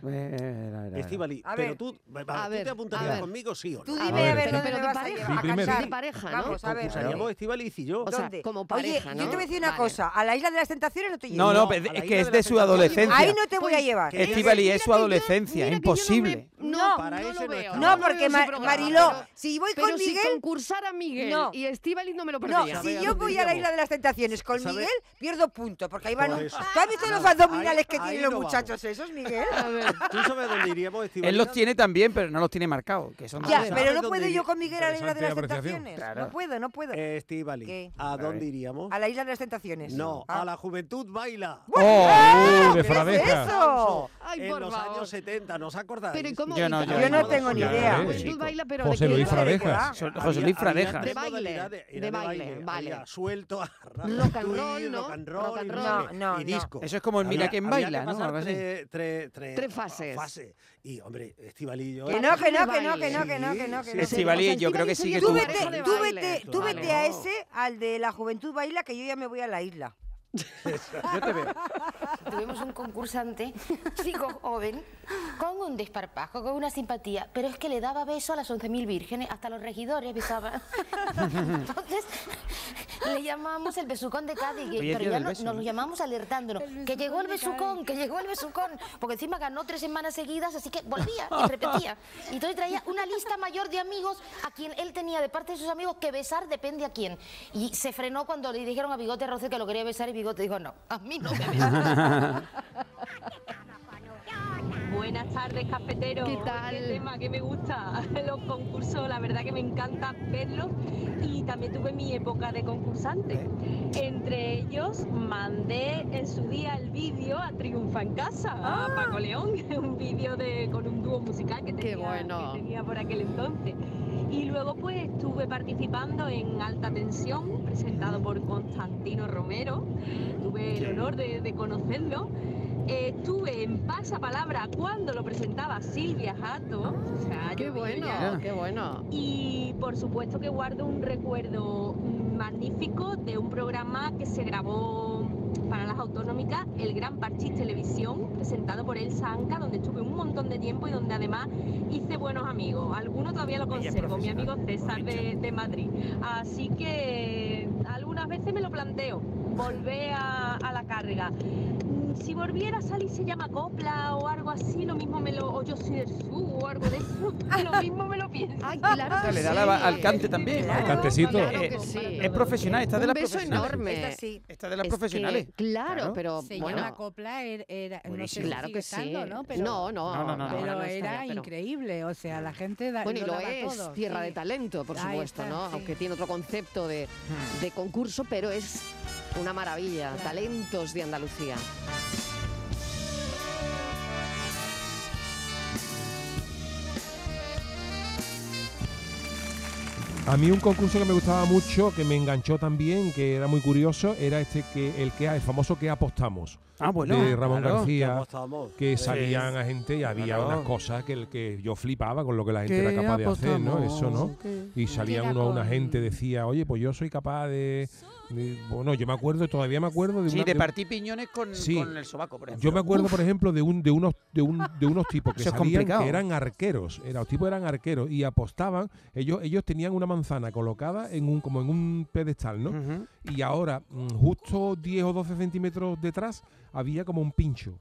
[SPEAKER 6] Estivaliz,
[SPEAKER 8] A
[SPEAKER 6] pero
[SPEAKER 8] ver.
[SPEAKER 6] tú, vale,
[SPEAKER 1] A
[SPEAKER 6] ¿tú
[SPEAKER 1] ver,
[SPEAKER 6] te
[SPEAKER 1] a
[SPEAKER 6] apuntarías
[SPEAKER 1] ver.
[SPEAKER 6] conmigo, sí o
[SPEAKER 8] Tú
[SPEAKER 6] no.
[SPEAKER 8] dime
[SPEAKER 4] A ver,
[SPEAKER 8] a ver,
[SPEAKER 4] pero-
[SPEAKER 8] dónde
[SPEAKER 1] pero
[SPEAKER 8] me
[SPEAKER 1] de
[SPEAKER 8] vas a
[SPEAKER 1] pareja.
[SPEAKER 8] llevar a
[SPEAKER 4] Sí, primero.
[SPEAKER 8] casar.
[SPEAKER 1] de pareja, ¿no?
[SPEAKER 8] Vamos, a ver.
[SPEAKER 6] Concursaríamos Estivaliz y yo.
[SPEAKER 1] O sea,
[SPEAKER 8] ¿Dónde?
[SPEAKER 1] como
[SPEAKER 8] Oye,
[SPEAKER 1] pareja,
[SPEAKER 8] yo
[SPEAKER 1] ¿no?
[SPEAKER 8] te voy a decir una
[SPEAKER 1] Vale.
[SPEAKER 8] cosa. A la isla de las tentaciones no te llevo.
[SPEAKER 7] No, no,
[SPEAKER 6] No,
[SPEAKER 7] pero
[SPEAKER 6] a la
[SPEAKER 7] es
[SPEAKER 6] isla
[SPEAKER 7] que
[SPEAKER 6] de
[SPEAKER 7] es
[SPEAKER 6] la
[SPEAKER 7] de su
[SPEAKER 6] tentación.
[SPEAKER 7] adolescencia.
[SPEAKER 8] Ahí no te voy a llevar.
[SPEAKER 6] que-
[SPEAKER 7] Estivali
[SPEAKER 1] Mira
[SPEAKER 7] es su
[SPEAKER 1] que yo-
[SPEAKER 7] adolescencia,
[SPEAKER 1] mira que yo
[SPEAKER 7] imposible.
[SPEAKER 1] no, me-
[SPEAKER 8] No,
[SPEAKER 1] no,
[SPEAKER 6] para
[SPEAKER 1] no
[SPEAKER 6] ese
[SPEAKER 1] lo
[SPEAKER 6] no
[SPEAKER 1] veo.
[SPEAKER 6] está.
[SPEAKER 8] No,
[SPEAKER 1] veo
[SPEAKER 8] porque
[SPEAKER 1] su
[SPEAKER 8] Ma-
[SPEAKER 1] programa,
[SPEAKER 8] Mariló,
[SPEAKER 1] pero-
[SPEAKER 8] si voy
[SPEAKER 1] Pero
[SPEAKER 8] con
[SPEAKER 1] si
[SPEAKER 8] Miguel...
[SPEAKER 1] concursara Miguel
[SPEAKER 8] No.
[SPEAKER 1] y Estivaliz no me lo
[SPEAKER 8] No,
[SPEAKER 1] perdía.
[SPEAKER 8] si
[SPEAKER 6] ¿Sabe
[SPEAKER 8] yo
[SPEAKER 6] dónde
[SPEAKER 8] voy a la
[SPEAKER 6] iríamos?
[SPEAKER 8] isla de las tentaciones con
[SPEAKER 6] ¿Sabe?
[SPEAKER 8] Miguel, pierdo punto, porque ahí van...
[SPEAKER 6] Por
[SPEAKER 8] un-
[SPEAKER 6] eso.
[SPEAKER 8] ¿Tú has visto
[SPEAKER 6] No,
[SPEAKER 8] los abdominales
[SPEAKER 6] ahí-
[SPEAKER 8] que
[SPEAKER 6] ahí
[SPEAKER 8] tienen
[SPEAKER 6] no
[SPEAKER 8] los
[SPEAKER 6] vamos.
[SPEAKER 8] muchachos esos, Miguel?
[SPEAKER 1] A
[SPEAKER 8] *laughs*
[SPEAKER 1] ver,
[SPEAKER 6] ¿Tú sabes dónde iríamos, Estivaliz?
[SPEAKER 7] Él los tiene también, pero no los tiene marcados. Que son
[SPEAKER 1] A
[SPEAKER 8] Ya,
[SPEAKER 1] ver.
[SPEAKER 8] pero no
[SPEAKER 6] ¿Dónde
[SPEAKER 8] puedo
[SPEAKER 6] iría?
[SPEAKER 8] yo con Miguel a la isla de las
[SPEAKER 4] Interesante apreciación.
[SPEAKER 8] tentaciones.
[SPEAKER 7] Claro.
[SPEAKER 8] No puedo, no puedo.
[SPEAKER 6] Eh, Estivaliz,
[SPEAKER 8] ¿Qué?
[SPEAKER 6] ¿a
[SPEAKER 7] Vale.
[SPEAKER 6] dónde iríamos?
[SPEAKER 8] A la isla de las tentaciones.
[SPEAKER 6] No,
[SPEAKER 8] Ah.
[SPEAKER 6] a la juventud baila.
[SPEAKER 4] ¡Oh!
[SPEAKER 8] ¿Qué
[SPEAKER 4] de
[SPEAKER 8] es
[SPEAKER 4] Fradeja.
[SPEAKER 8] eso?
[SPEAKER 1] Ay,
[SPEAKER 6] en
[SPEAKER 1] por
[SPEAKER 6] los
[SPEAKER 1] favor.
[SPEAKER 6] años 70, ¿nos acordáis?
[SPEAKER 1] pero ¿y cómo?
[SPEAKER 7] Yo no,
[SPEAKER 1] y-
[SPEAKER 7] yo
[SPEAKER 8] Yo no tengo ni
[SPEAKER 4] Ya,
[SPEAKER 8] idea.
[SPEAKER 4] eh.
[SPEAKER 1] Pues tú baila, pero
[SPEAKER 4] José
[SPEAKER 1] ¿de qué
[SPEAKER 4] Luis
[SPEAKER 1] baila?
[SPEAKER 4] Fradejas.
[SPEAKER 7] Son- José Luis Fradejas.
[SPEAKER 1] De baile,
[SPEAKER 6] modalidades, era
[SPEAKER 1] de baile, vale.
[SPEAKER 6] había suelto, arrastre,
[SPEAKER 1] Rock and roll, ¿no?
[SPEAKER 6] rock and roll,
[SPEAKER 1] Rock and
[SPEAKER 6] y
[SPEAKER 8] roll.
[SPEAKER 6] sé,
[SPEAKER 8] No, no,
[SPEAKER 6] y
[SPEAKER 8] no.
[SPEAKER 6] disco.
[SPEAKER 7] Eso es como el
[SPEAKER 6] Había-
[SPEAKER 7] Mira quién
[SPEAKER 6] había que
[SPEAKER 7] baila, ¿no?
[SPEAKER 6] pasar
[SPEAKER 7] Algo así.
[SPEAKER 6] Tres, tres, tres,
[SPEAKER 1] Tres fases.
[SPEAKER 6] fases. Y, hombre, Estivalillo.
[SPEAKER 8] Que no, que no, que no, que no, que no, que no, que no.
[SPEAKER 6] Sí,
[SPEAKER 7] Estivali,
[SPEAKER 1] O sea,
[SPEAKER 7] yo creo que sí
[SPEAKER 1] Estivali sería
[SPEAKER 7] que
[SPEAKER 8] Tú
[SPEAKER 1] tu
[SPEAKER 7] tuvo-
[SPEAKER 1] pareja
[SPEAKER 8] vete,
[SPEAKER 1] de
[SPEAKER 8] tú
[SPEAKER 1] baile.
[SPEAKER 8] vete, tú
[SPEAKER 6] Vale.
[SPEAKER 8] vete a ese, al de la juventud baila, que yo ya me voy a la isla.
[SPEAKER 12] Tuvimos un concursante, chico joven, con un desparpajo, con una simpatía, pero es que le daba beso a las 11.000 vírgenes, hasta los regidores besaba. Entonces le llamamos el besucón de Cádiz,
[SPEAKER 7] Hoy es
[SPEAKER 12] pero
[SPEAKER 7] día
[SPEAKER 12] ya
[SPEAKER 7] del
[SPEAKER 12] no-
[SPEAKER 7] beso,
[SPEAKER 12] nos
[SPEAKER 7] ¿no?
[SPEAKER 12] lo llamamos alertándonos, que llegó el besucón, que llegó el besucón, porque encima ganó tres semanas seguidas, así que volvía
[SPEAKER 7] *laughs*
[SPEAKER 12] y repetía. Y entonces traía una lista mayor de amigos a quien él tenía de parte de sus amigos que besar depende a quién. Y se frenó cuando le dijeron a Bigote Rocío que lo quería besar y
[SPEAKER 8] *laughs*
[SPEAKER 12] Bigote dijo, no, a mí no me
[SPEAKER 10] Buenas tardes.
[SPEAKER 14] tardes, cafetero. ¿Qué tal? ¿Qué tema? que me gusta? *laughs* Los concursos, la verdad que me encanta verlos. Y también tuve mi época de concursante. Entre ellos, mandé en su día el vídeo a Triunfa en Casa, a Paco León, *laughs* un vídeo de, con un dúo musical que tenía,
[SPEAKER 1] bueno.
[SPEAKER 14] que tenía por aquel entonces. Y luego pues estuve participando en Alta Tensión, presentado por Constantino Romero. Tuve el honor de, de conocerlo. Eh, estuve en Pasapalabra cuando lo presentaba Silvia Jato. O sea,
[SPEAKER 1] Ah, Qué
[SPEAKER 14] yo- yo
[SPEAKER 1] bueno,
[SPEAKER 14] ya-
[SPEAKER 1] qué bueno.
[SPEAKER 14] y por supuesto que guardo un recuerdo magnífico de un programa que se grabó para las autonómicas, el Gran Parchís Televisión, presentado por Elsa Anca, donde estuve un montón de tiempo y donde además hice buenos amigos. Algunos todavía lo
[SPEAKER 15] Ella es
[SPEAKER 14] conservo, mi
[SPEAKER 15] profesional,
[SPEAKER 14] amigo César de, de Madrid. Así que algunas veces me lo planteo, volver a, a la carga. Mm, Si volviera a salir se llama copla o algo así, lo mismo me lo... o yo soy del sur o algo de eso, *laughs* lo mismo me lo pienso.
[SPEAKER 1] claro
[SPEAKER 7] Se le da la-
[SPEAKER 14] eh,
[SPEAKER 7] al cante también.
[SPEAKER 1] Claro,
[SPEAKER 4] Al cantecito.
[SPEAKER 1] claro que
[SPEAKER 7] Eh,
[SPEAKER 1] sí.
[SPEAKER 7] Es profesional, esta es de las
[SPEAKER 1] Un beso
[SPEAKER 7] profesionales.
[SPEAKER 1] enorme.
[SPEAKER 7] Esta sí. Esta es de las
[SPEAKER 1] Es que,
[SPEAKER 7] profesionales.
[SPEAKER 1] claro, pero
[SPEAKER 5] Se
[SPEAKER 1] bueno.
[SPEAKER 5] llama copla era, era- no sé si
[SPEAKER 1] Claro
[SPEAKER 5] sigue
[SPEAKER 1] que sí.
[SPEAKER 5] estando, ¿no? Pero,
[SPEAKER 1] No, no, No, no, no,
[SPEAKER 5] pero
[SPEAKER 1] ahora no está
[SPEAKER 5] era
[SPEAKER 1] ya, pero-
[SPEAKER 5] increíble, o sea, la gente da,
[SPEAKER 1] Bueno, y lo
[SPEAKER 5] daba
[SPEAKER 1] es
[SPEAKER 5] todo,
[SPEAKER 1] tierra
[SPEAKER 5] sí.
[SPEAKER 1] de talento, por
[SPEAKER 5] Ahí
[SPEAKER 1] supuesto,
[SPEAKER 5] está,
[SPEAKER 1] ¿no?
[SPEAKER 5] sí.
[SPEAKER 1] Aunque tiene otro concepto de,
[SPEAKER 8] Hmm.
[SPEAKER 1] de concurso, pero es una maravilla. Talentos de Andalucía.
[SPEAKER 4] A mí un concurso que me gustaba mucho, que me enganchó también, que era muy curioso, era este que el que el famoso que apostamos.
[SPEAKER 7] Ah, bueno,
[SPEAKER 4] de Ramón
[SPEAKER 7] claro. Que
[SPEAKER 4] García,
[SPEAKER 7] apostamos.
[SPEAKER 4] que
[SPEAKER 7] Sí.
[SPEAKER 4] salían a gente y había
[SPEAKER 7] Claro.
[SPEAKER 4] unas cosas que el que yo flipaba con lo que la gente
[SPEAKER 7] Que
[SPEAKER 4] era capaz de hacer, ¿no? Eso, ¿no?
[SPEAKER 7] apostamos, que-
[SPEAKER 4] Y salía
[SPEAKER 7] Era
[SPEAKER 4] uno, una
[SPEAKER 7] con-
[SPEAKER 4] gente decía, oye, pues yo soy capaz de, de- bueno, yo me acuerdo, todavía me acuerdo de
[SPEAKER 7] Sí,
[SPEAKER 4] una-
[SPEAKER 7] de
[SPEAKER 4] un-
[SPEAKER 7] partir piñones con,
[SPEAKER 4] Sí.
[SPEAKER 7] con el sobaco, por ejemplo.
[SPEAKER 4] Yo me acuerdo, por ejemplo, de un de unos de, un- de unos tipos que
[SPEAKER 7] Eso es
[SPEAKER 4] salían
[SPEAKER 7] complicado.
[SPEAKER 4] que eran arqueros, era, los tipos eran arqueros y apostaban, ellos ellos tenían una manzana colocada en un como en un pedestal, ¿no? Y ahora mm, justo 10 o 12 centímetros detrás había como un pincho.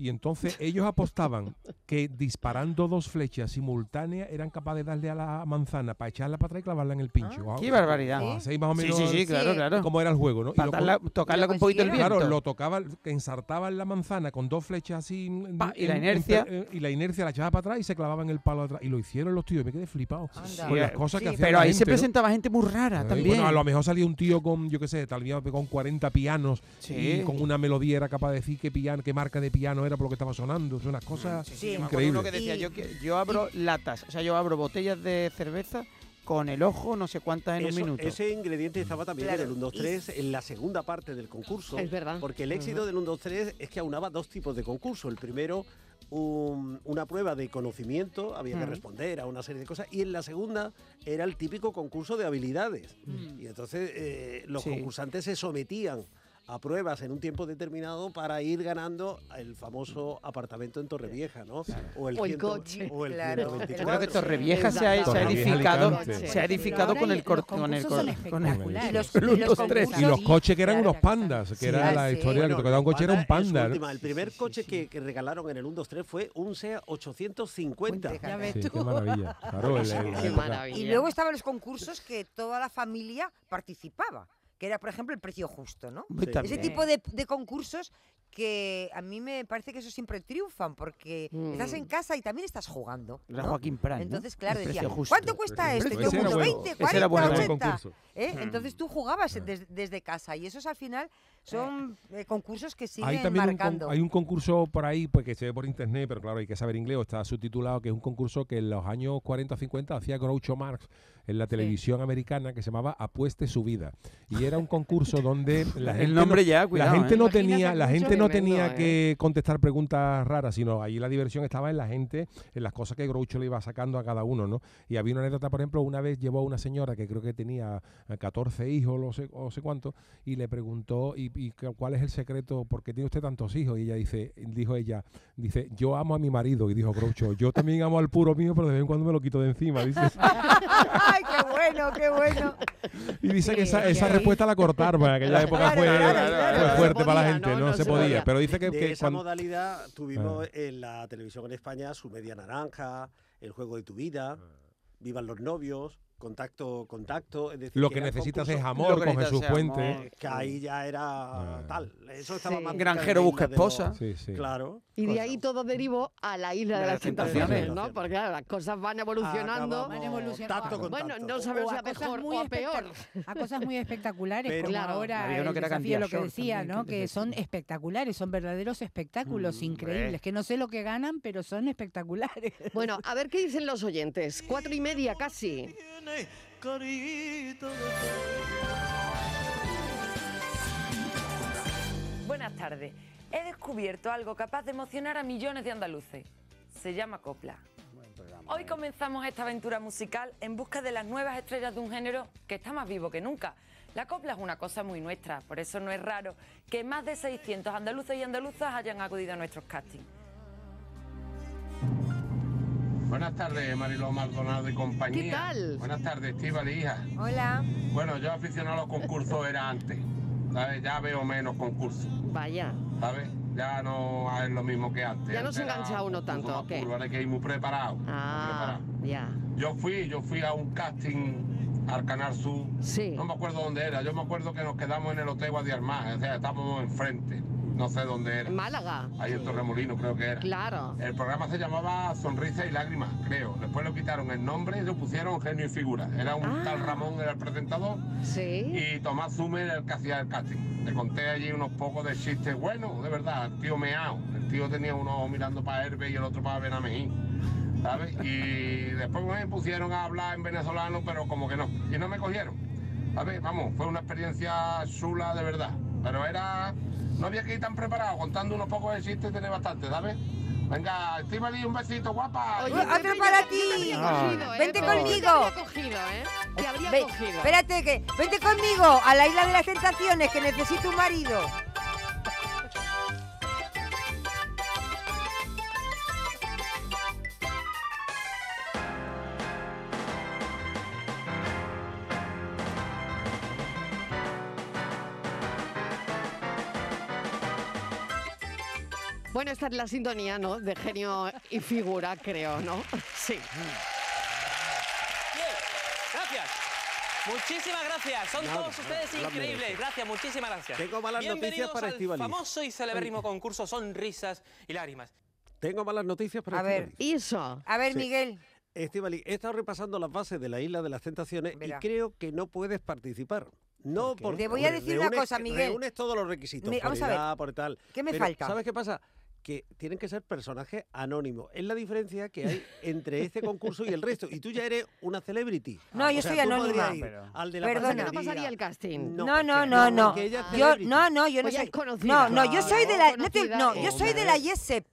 [SPEAKER 4] Y entonces ellos apostaban que disparando dos flechas simultáneas eran capaces de darle a la manzana para echarla para atrás y clavarla en el pincho. Guau,
[SPEAKER 7] Ah, qué barbaridad.
[SPEAKER 4] guau, así más o
[SPEAKER 7] Sí,
[SPEAKER 4] menos
[SPEAKER 7] sí, sí, claro, Sí. claro.
[SPEAKER 4] Cómo era el juego, ¿no? Y
[SPEAKER 7] Para
[SPEAKER 4] lo-
[SPEAKER 7] darla- tocarla ¿Lo con un poquito el consiguieron?
[SPEAKER 4] Claro,
[SPEAKER 7] viento.
[SPEAKER 4] lo tocaban, que ensartaban la manzana con dos flechas así. mm,
[SPEAKER 7] Pa, y la
[SPEAKER 4] en- en-
[SPEAKER 7] inercia.
[SPEAKER 4] en- eh, y la inercia la echaba para atrás y se clavaba en el palo atrás. Y lo hicieron los tíos y me quedé flipado.
[SPEAKER 7] Sí,
[SPEAKER 4] Con las
[SPEAKER 7] eh,
[SPEAKER 4] cosas que
[SPEAKER 7] sí,
[SPEAKER 4] hacían
[SPEAKER 7] Pero
[SPEAKER 4] la
[SPEAKER 7] ahí se
[SPEAKER 4] gente, ¿no?
[SPEAKER 7] presentaba gente muy rara
[SPEAKER 4] Ay,
[SPEAKER 7] también.
[SPEAKER 4] Bueno, a lo mejor salía un tío con, yo qué sé, tal vez con 40 pianos
[SPEAKER 7] Sí.
[SPEAKER 4] y con una melodía era capaz de decir qué, piano, qué marca de piano era por lo que estaba sonando. Son unas cosas
[SPEAKER 7] Sí, me acuerdo uno
[SPEAKER 4] increíbles.
[SPEAKER 7] que decía, yo, que- yo abro latas, o sea, yo abro botellas de cerveza con el ojo, no sé cuántas en
[SPEAKER 6] Eso-
[SPEAKER 7] un minuto.
[SPEAKER 6] Ese ingrediente estaba también
[SPEAKER 7] Claro.
[SPEAKER 6] en el 1, 2, 3, en la segunda parte del concurso.
[SPEAKER 7] Es verdad.
[SPEAKER 6] Porque el éxito
[SPEAKER 7] Ujú.
[SPEAKER 6] del 1, 2, 3 es que aunaba dos tipos de concurso. El primero, un- una prueba de conocimiento, había que
[SPEAKER 7] Ujú.
[SPEAKER 6] responder a una serie de cosas. Y en la segunda era el típico concurso de habilidades.
[SPEAKER 7] Mm.
[SPEAKER 6] Y entonces eh, los
[SPEAKER 7] Sí.
[SPEAKER 6] concursantes se sometían a pruebas en un tiempo determinado para ir ganando el famoso apartamento en Torrevieja, ¿no? O
[SPEAKER 1] O el
[SPEAKER 6] ciento-
[SPEAKER 1] coche.
[SPEAKER 6] O el
[SPEAKER 1] Claro.
[SPEAKER 6] 124.
[SPEAKER 7] Yo creo que Torrevieja eh, se ha, se ha
[SPEAKER 4] Torrevieja,
[SPEAKER 7] edificado,
[SPEAKER 4] Alicante.
[SPEAKER 7] se ha edificado
[SPEAKER 4] Ahora
[SPEAKER 7] con el
[SPEAKER 4] los
[SPEAKER 7] cor- con el
[SPEAKER 4] concursos
[SPEAKER 7] cor-
[SPEAKER 4] son
[SPEAKER 7] con el-
[SPEAKER 4] espectaculares.
[SPEAKER 7] con el-
[SPEAKER 4] Y los
[SPEAKER 7] con el-
[SPEAKER 4] concursos Y los coches que eran unos pandas, que era la historia que
[SPEAKER 6] Bueno,
[SPEAKER 4] te tocaba un coche era un
[SPEAKER 6] es su
[SPEAKER 4] panda. ¿no?
[SPEAKER 6] última. El primer coche Que, que regalaron en el 123 fue un SEA 850.
[SPEAKER 8] Ya
[SPEAKER 4] ves Sí, tú. qué maravilla. Claro,
[SPEAKER 6] *laughs*
[SPEAKER 4] el- el- la Qué época. maravilla.
[SPEAKER 8] Y luego estaban los concursos que toda la familia participaba, que era, por ejemplo, el precio justo, ¿no?
[SPEAKER 7] Hombre, también.
[SPEAKER 8] Ese tipo de, de concursos que a mí me parece que eso siempre triunfan, porque estás en casa y también estás jugando.
[SPEAKER 7] Era
[SPEAKER 8] ¿no?
[SPEAKER 7] Joaquín Prat, ¿no?
[SPEAKER 8] Entonces, claro,
[SPEAKER 7] El
[SPEAKER 8] decía,
[SPEAKER 7] precio justo.
[SPEAKER 8] ¿cuánto cuesta
[SPEAKER 7] El
[SPEAKER 8] esto?
[SPEAKER 7] precio
[SPEAKER 8] Y todo el
[SPEAKER 7] justo.
[SPEAKER 8] mundo,
[SPEAKER 7] Ese era
[SPEAKER 8] 20,
[SPEAKER 7] bueno. Ese era
[SPEAKER 8] 40,
[SPEAKER 7] bueno el
[SPEAKER 8] 80.
[SPEAKER 7] concurso.
[SPEAKER 8] ¿eh?
[SPEAKER 7] Mm.
[SPEAKER 8] Entonces tú jugabas des- desde casa y esos al final son eh, concursos que siguen
[SPEAKER 4] hay también un con-
[SPEAKER 8] marcando.
[SPEAKER 4] hay un concurso por ahí pues que se ve por internet, pero claro, hay que saber inglés, o está subtitulado, que es un concurso que en los años 40 50 hacía Groucho Marx en la televisión americana que se llamaba Apueste su vida. Y era un concurso donde la
[SPEAKER 7] *laughs* El
[SPEAKER 4] gente
[SPEAKER 7] nombre
[SPEAKER 4] no,
[SPEAKER 7] ya,
[SPEAKER 4] la
[SPEAKER 7] cuidado,
[SPEAKER 4] gente
[SPEAKER 7] ¿eh?
[SPEAKER 4] no
[SPEAKER 7] Imagínate
[SPEAKER 4] tenía, la
[SPEAKER 7] Groucho
[SPEAKER 4] gente no
[SPEAKER 7] tremendo,
[SPEAKER 4] tenía
[SPEAKER 7] ¿eh?
[SPEAKER 4] que contestar preguntas raras, sino ahí la diversión estaba en la gente, en las cosas que Groucho le iba sacando a cada uno, ¿no? Y había una anécdota, por ejemplo, una vez llevó a una señora que creo que tenía eh, 14 hijos, no sé, o sé cuánto, y le preguntó, ¿y, y cu- cuál es el secreto? ¿Por qué tiene usted tantos hijos? Y ella dice, dijo ella, dice, yo amo a mi marido, y dijo Groucho, yo también amo al puro mío, pero de vez en cuando me lo quito de encima, dice.
[SPEAKER 8] ¡Ay, qué bueno, qué bueno!
[SPEAKER 4] Y dice que esa, esa respuesta la cortaron, en aquella época fue, fue fuerte para la gente, no, se, podía, pero dice que...
[SPEAKER 6] De
[SPEAKER 4] que Ah.
[SPEAKER 6] esa
[SPEAKER 4] cuando-
[SPEAKER 6] modalidad tuvimos en la
[SPEAKER 4] Ah.
[SPEAKER 6] televisión en España su media naranja, el juego de tu vida, vivan los novios. Contacto, contacto. es decir,
[SPEAKER 4] Lo que
[SPEAKER 6] era
[SPEAKER 4] necesitas
[SPEAKER 6] concurso-
[SPEAKER 4] es amor Lo que con necesitas Jesús es Puente. amor.
[SPEAKER 6] Que ahí ya era tal. Eso estaba
[SPEAKER 1] Sí.
[SPEAKER 6] más
[SPEAKER 7] Granjero
[SPEAKER 6] cerca de
[SPEAKER 7] busca
[SPEAKER 6] de lo-
[SPEAKER 7] esposa.
[SPEAKER 4] Sí, sí.
[SPEAKER 6] Claro.
[SPEAKER 1] Y de ahí todo derivó a la isla de, las tentaciones, ¿no? Porque claro, las cosas
[SPEAKER 8] Ah,
[SPEAKER 1] van evolucionando.
[SPEAKER 6] Acabamos Van evolucionando. tacto con
[SPEAKER 1] bueno,
[SPEAKER 6] tacto.
[SPEAKER 1] no sabemos
[SPEAKER 8] Oh,
[SPEAKER 5] O
[SPEAKER 1] si
[SPEAKER 5] a
[SPEAKER 1] a
[SPEAKER 5] cosas
[SPEAKER 1] mejor
[SPEAKER 5] muy
[SPEAKER 1] o a peor.
[SPEAKER 5] espectac- A cosas muy espectaculares,
[SPEAKER 1] Pero-
[SPEAKER 5] como
[SPEAKER 1] Claro.
[SPEAKER 5] ahora
[SPEAKER 7] Había uno
[SPEAKER 5] el
[SPEAKER 7] que era
[SPEAKER 5] desafío,
[SPEAKER 7] Candida
[SPEAKER 5] lo que
[SPEAKER 7] Shore
[SPEAKER 5] decía,
[SPEAKER 7] también,
[SPEAKER 5] ¿no?
[SPEAKER 7] que
[SPEAKER 5] Que
[SPEAKER 7] les
[SPEAKER 5] son espectaculares, son verdaderos
[SPEAKER 7] Mm,
[SPEAKER 5] espectáculos increíbles, que no sé lo que ganan, pero son espectaculares.
[SPEAKER 1] Bueno, a ver qué dicen los oyentes. Cuatro y media casi.
[SPEAKER 15] Buenas tardes. He descubierto algo capaz de emocionar a millones de andaluces. Se llama copla. Hoy comenzamos esta aventura musical en busca de las nuevas estrellas de un género que está más vivo que nunca. La copla es una cosa muy nuestra, por eso no es raro que más de 600 andaluces y andaluzas hayan acudido a nuestros castings.
[SPEAKER 16] Buenas tardes, Mariló Maldonado y compañía.
[SPEAKER 15] ¿Qué tal?
[SPEAKER 16] Buenas tardes, Estíbal y hija.
[SPEAKER 8] Hola.
[SPEAKER 16] Bueno, yo aficionado a los concursos era antes. ¿sabes? Ya veo menos concursos.
[SPEAKER 1] Vaya.
[SPEAKER 16] ¿Sabes? Ya no es lo mismo que antes.
[SPEAKER 1] Ya no
[SPEAKER 16] Antes
[SPEAKER 1] se
[SPEAKER 16] era
[SPEAKER 1] engancha uno
[SPEAKER 16] mucho
[SPEAKER 1] tanto,
[SPEAKER 16] más
[SPEAKER 1] ¿o qué?
[SPEAKER 16] puro, ahora hay que ir muy preparado. muy
[SPEAKER 1] Ah,
[SPEAKER 16] preparado.
[SPEAKER 1] ya.
[SPEAKER 16] Yo fui, yo fui a un casting al Canal Sur. No me acuerdo dónde era. Yo me acuerdo que nos quedamos en el Hotel Guadiarmar. O sea, estábamos enfrente. No sé dónde era.
[SPEAKER 1] En Málaga.
[SPEAKER 16] Ahí en Torremolino creo que era.
[SPEAKER 1] Claro.
[SPEAKER 16] El programa se llamaba Sonrisas y Lágrimas, creo. Después lo quitaron el nombre y lo pusieron Genio y Figura. Era un tal Ramón, era el presentador. Y Tomás Zumer era el que hacía el casting. Le conté allí unos pocos de chistes buenos, de verdad, el tío meao. El tío tenía uno ojo mirando para Herbe y el otro para Benamejín. ¿Sabes? Y después me pusieron a hablar en venezolano, pero como que no. Y no me cogieron. A ver, vamos, fue una experiencia chula de verdad. Pero era. No había que ir tan preparado. Contando unos pocos de chistes tenés bastante, ¿sabes? Venga, Estivali, un besito, guapa.
[SPEAKER 8] Oye, otro para ti.
[SPEAKER 16] ¿eh?
[SPEAKER 8] Vente eh,
[SPEAKER 16] Pues
[SPEAKER 8] conmigo.
[SPEAKER 1] ¿Eh?
[SPEAKER 8] Ve- Espérate que vente conmigo a la isla de las tentaciones que necesito un marido.
[SPEAKER 1] Bueno, esta es la sintonía, ¿no? De genio y figura, creo, ¿no? *laughs* Sí.
[SPEAKER 17] Gracias. Muchísimas gracias. Son
[SPEAKER 6] Nada,
[SPEAKER 17] todos ustedes
[SPEAKER 6] nada, las merece.
[SPEAKER 17] increíbles. Gracias, muchísimas gracias.
[SPEAKER 6] Tengo malas noticias
[SPEAKER 17] Bienvenidos
[SPEAKER 6] para
[SPEAKER 17] al
[SPEAKER 6] Estíbaliz.
[SPEAKER 17] famoso y celebérrimo concurso Sonrisas y Lágrimas.
[SPEAKER 6] Tengo malas noticias para
[SPEAKER 17] A ver,
[SPEAKER 1] eso.
[SPEAKER 8] A ver, Miguel.
[SPEAKER 6] Estivali, he estado repasando las bases de la Isla de las Tentaciones
[SPEAKER 8] Verá.
[SPEAKER 6] y creo que no puedes participar. No,
[SPEAKER 8] qué?
[SPEAKER 6] porque
[SPEAKER 8] Te voy a decir una
[SPEAKER 6] reúnes-
[SPEAKER 8] cosa, Miguel.
[SPEAKER 6] Reúnes todos los requisitos.
[SPEAKER 8] Mi-
[SPEAKER 6] por
[SPEAKER 8] vamos a ver.
[SPEAKER 6] edad, por tal.
[SPEAKER 8] ¿Qué me
[SPEAKER 6] Pero,
[SPEAKER 8] falta?
[SPEAKER 6] ¿Sabes qué pasa? Que tienen que ser personajes anónimos. Es la diferencia que hay entre este concurso y el resto. Y tú ya eres una celebrity.
[SPEAKER 8] No, yo soy
[SPEAKER 6] tú podrías
[SPEAKER 8] anónima.
[SPEAKER 6] ir
[SPEAKER 8] Pero-
[SPEAKER 6] al de la
[SPEAKER 8] Perdona.
[SPEAKER 6] panadería.
[SPEAKER 8] No pasaría el
[SPEAKER 1] casting.
[SPEAKER 8] No, no,
[SPEAKER 6] porque-
[SPEAKER 8] no, no.
[SPEAKER 6] porque ella es
[SPEAKER 8] Yo,
[SPEAKER 6] celebrity.
[SPEAKER 8] no, no, yo no
[SPEAKER 1] Pues ya
[SPEAKER 8] soy.
[SPEAKER 1] es
[SPEAKER 8] No,
[SPEAKER 1] conocida.
[SPEAKER 8] no, yo soy de la. No, te-
[SPEAKER 1] Conocida,
[SPEAKER 8] no, yo soy de la
[SPEAKER 1] hombre.
[SPEAKER 8] Yesep,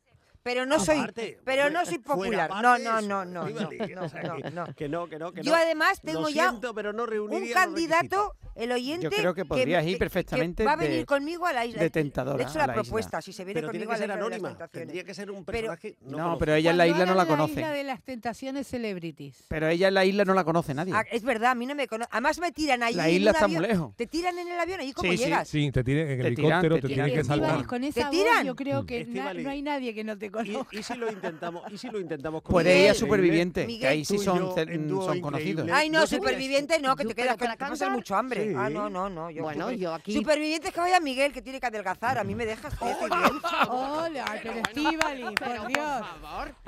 [SPEAKER 8] pero no soy.
[SPEAKER 1] Aparte,
[SPEAKER 8] Pero
[SPEAKER 1] hombre,
[SPEAKER 8] no soy
[SPEAKER 6] Fuera,
[SPEAKER 8] popular. No,
[SPEAKER 6] aparte
[SPEAKER 8] no,
[SPEAKER 6] eso,
[SPEAKER 8] no, no, no,
[SPEAKER 6] Estíbaliz,
[SPEAKER 8] no,
[SPEAKER 6] o sea,
[SPEAKER 8] no,
[SPEAKER 6] que- *laughs*
[SPEAKER 8] no.
[SPEAKER 6] Que no, que no, que
[SPEAKER 8] Yo
[SPEAKER 6] no.
[SPEAKER 8] además
[SPEAKER 6] Lo
[SPEAKER 8] tengo ya
[SPEAKER 6] siento, pero no reuniría
[SPEAKER 8] Un
[SPEAKER 6] los
[SPEAKER 8] candidato, el oyente.
[SPEAKER 7] Yo creo que podrías ir perfectamente
[SPEAKER 8] que va a
[SPEAKER 7] de-
[SPEAKER 8] venir conmigo a la isla.
[SPEAKER 7] de tentadora
[SPEAKER 8] De hecho,
[SPEAKER 7] a
[SPEAKER 8] la,
[SPEAKER 7] la isla.
[SPEAKER 8] propuesta, si se viene
[SPEAKER 6] Pero tiene
[SPEAKER 8] conmigo
[SPEAKER 6] que
[SPEAKER 8] a la
[SPEAKER 6] ser
[SPEAKER 8] isla de las
[SPEAKER 6] anónima.
[SPEAKER 8] tentaciones.
[SPEAKER 6] Tendría que ser un
[SPEAKER 8] Pero-
[SPEAKER 6] personaje.
[SPEAKER 7] No, pero ella en la isla no la
[SPEAKER 5] Hagan
[SPEAKER 7] conoce.
[SPEAKER 5] La isla de las tentaciones celebrities.
[SPEAKER 7] Pero ella en la isla no la conoce nadie.
[SPEAKER 8] Ah, es verdad, a mí no me conoce. Además me tiran allí.
[SPEAKER 7] La
[SPEAKER 8] en
[SPEAKER 7] isla
[SPEAKER 8] un
[SPEAKER 7] está
[SPEAKER 8] avión.
[SPEAKER 7] muy lejos.
[SPEAKER 8] Te tiran en el avión, ¿allí cómo
[SPEAKER 7] Sí, sí,
[SPEAKER 8] llegas?
[SPEAKER 4] Sí, te tiene en el
[SPEAKER 7] Te tiran,
[SPEAKER 4] helicóptero,
[SPEAKER 7] te
[SPEAKER 4] te,
[SPEAKER 7] tiran.
[SPEAKER 4] tiene que
[SPEAKER 7] Estíbaliz,
[SPEAKER 4] saltar.
[SPEAKER 5] Con
[SPEAKER 8] ¿Te
[SPEAKER 5] esa voz
[SPEAKER 8] tiran?
[SPEAKER 5] yo creo que na-
[SPEAKER 6] Estíbaliz.
[SPEAKER 5] no hay nadie que no te conozca.
[SPEAKER 6] Este ¿Y, y si lo intentamos, y si lo intentamos con
[SPEAKER 7] Puede
[SPEAKER 6] Miguel?
[SPEAKER 7] ir a Superviviente,
[SPEAKER 6] Miguel,
[SPEAKER 7] que ahí sí
[SPEAKER 6] tú y
[SPEAKER 7] son,
[SPEAKER 6] yo
[SPEAKER 7] ce-
[SPEAKER 6] en
[SPEAKER 7] mm,
[SPEAKER 6] dúo
[SPEAKER 7] son
[SPEAKER 6] increíble.
[SPEAKER 7] conocidos.
[SPEAKER 8] Ay, no,
[SPEAKER 6] No sé-
[SPEAKER 8] superviviente no, que te
[SPEAKER 1] Yo-
[SPEAKER 8] quedas
[SPEAKER 1] pero te
[SPEAKER 8] con
[SPEAKER 1] la
[SPEAKER 8] vas a
[SPEAKER 1] cantan.
[SPEAKER 8] tener mucho hambre.
[SPEAKER 1] Sí.
[SPEAKER 8] Ah, no, no, no. Yo,
[SPEAKER 1] Bueno, yo aquí-
[SPEAKER 8] Supervivientes que vaya Miguel, que tiene que adelgazar. A mí me dejas. que
[SPEAKER 6] *laughs*
[SPEAKER 8] estoy bien.
[SPEAKER 5] Hola, pero Estíbaliz, por Dios.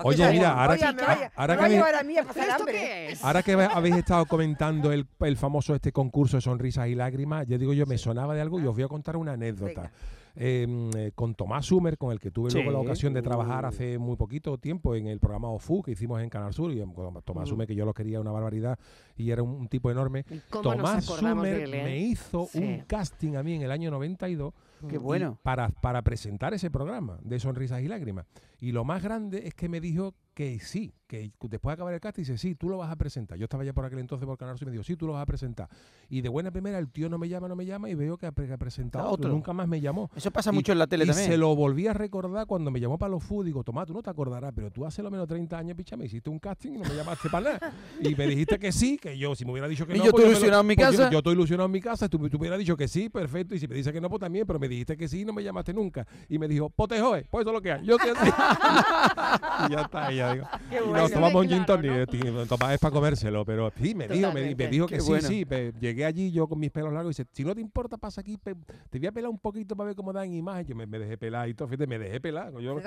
[SPEAKER 4] Oye, mira, ahora
[SPEAKER 8] Oiga,
[SPEAKER 4] que-
[SPEAKER 8] me vaya-
[SPEAKER 4] ahora
[SPEAKER 8] me
[SPEAKER 4] que
[SPEAKER 8] va a
[SPEAKER 4] me-
[SPEAKER 8] llevar a mí a pasar hambre. ¿eh?
[SPEAKER 4] Ahora
[SPEAKER 7] *laughs*
[SPEAKER 4] que habéis estado comentando el, el famoso este concurso de sonrisas y lágrimas, yo digo yo, me sonaba de algo y os voy a contar una anécdota. Eh, mm, eh, con Tomás Sumer, con el que tuve luego
[SPEAKER 7] Sí.
[SPEAKER 4] la ocasión de trabajar
[SPEAKER 7] Uh.
[SPEAKER 4] hace muy poquito tiempo en el programa OFU que hicimos en Canal Sur, y em, con Tomás
[SPEAKER 7] Mm.
[SPEAKER 4] Sumer, que yo lo quería una barbaridad y era un, un tipo enorme.
[SPEAKER 7] cómo nos
[SPEAKER 4] Tomás
[SPEAKER 7] acordamos de
[SPEAKER 4] Sumer
[SPEAKER 7] él, eh?
[SPEAKER 4] me hizo
[SPEAKER 7] Sí.
[SPEAKER 4] un casting a mí en el año 92
[SPEAKER 7] Qué
[SPEAKER 4] y
[SPEAKER 7] bueno.
[SPEAKER 4] para, para presentar ese programa de Sonrisas y Lágrimas. Y lo más grande es que me dijo que sí, que después de acabar el casting dice, sí, tú lo vas a presentar. Yo estaba ya por aquel entonces por Canal Sur y me dijo, sí, tú lo vas a presentar. Y de buena primera el tío no me llama, no me llama y veo que ha, pre- que ha presentado
[SPEAKER 7] A
[SPEAKER 4] otro.
[SPEAKER 7] otro.
[SPEAKER 4] Nunca más me llamó.
[SPEAKER 7] Eso pasa
[SPEAKER 4] Y-
[SPEAKER 7] mucho en la tele
[SPEAKER 4] y
[SPEAKER 7] también.
[SPEAKER 4] se lo volví a recordar cuando me llamó para los food. Digo, Tomás, tú no te acordarás, pero tú hace lo menos 30 años, picha, me hiciste un casting y no me llamaste para
[SPEAKER 7] *laughs*
[SPEAKER 4] nada. Y me dijiste que sí, que yo, si me hubiera dicho que
[SPEAKER 7] Y
[SPEAKER 4] no.
[SPEAKER 7] yo
[SPEAKER 4] pues
[SPEAKER 7] estoy
[SPEAKER 4] me lo-
[SPEAKER 7] ilusionado en mi
[SPEAKER 4] pues yo-
[SPEAKER 7] casa.
[SPEAKER 4] Yo, estoy ilusionado en mi casa. Tú, tú me hubieras dicho que sí, perfecto. Y si me dices que no, pues también, pero me dijiste pues que sí *laughs* y no me llamaste nunca. Y me dijo, potejoe, pues eso es lo que hay. Yo te- y ya está, y ya mía. Digo.
[SPEAKER 18] Qué
[SPEAKER 4] Y
[SPEAKER 18] bueno.
[SPEAKER 4] nos tomamos un
[SPEAKER 18] Claro,
[SPEAKER 4] gin tonic. este, digo, Tomás es para comérselo, pero sí, me dijo, me, di- me
[SPEAKER 18] Totalmente.
[SPEAKER 4] dijo que
[SPEAKER 18] Qué
[SPEAKER 4] sí,
[SPEAKER 18] bueno.
[SPEAKER 4] sí. pe- llegué allí yo con mis pelos largos y dice, si no te importa, pasa aquí, pe- te voy a pelar un poquito para ver cómo dan imagen. Yo me, me dejé pelar y todo, fíjate, me dejé pelar. yo-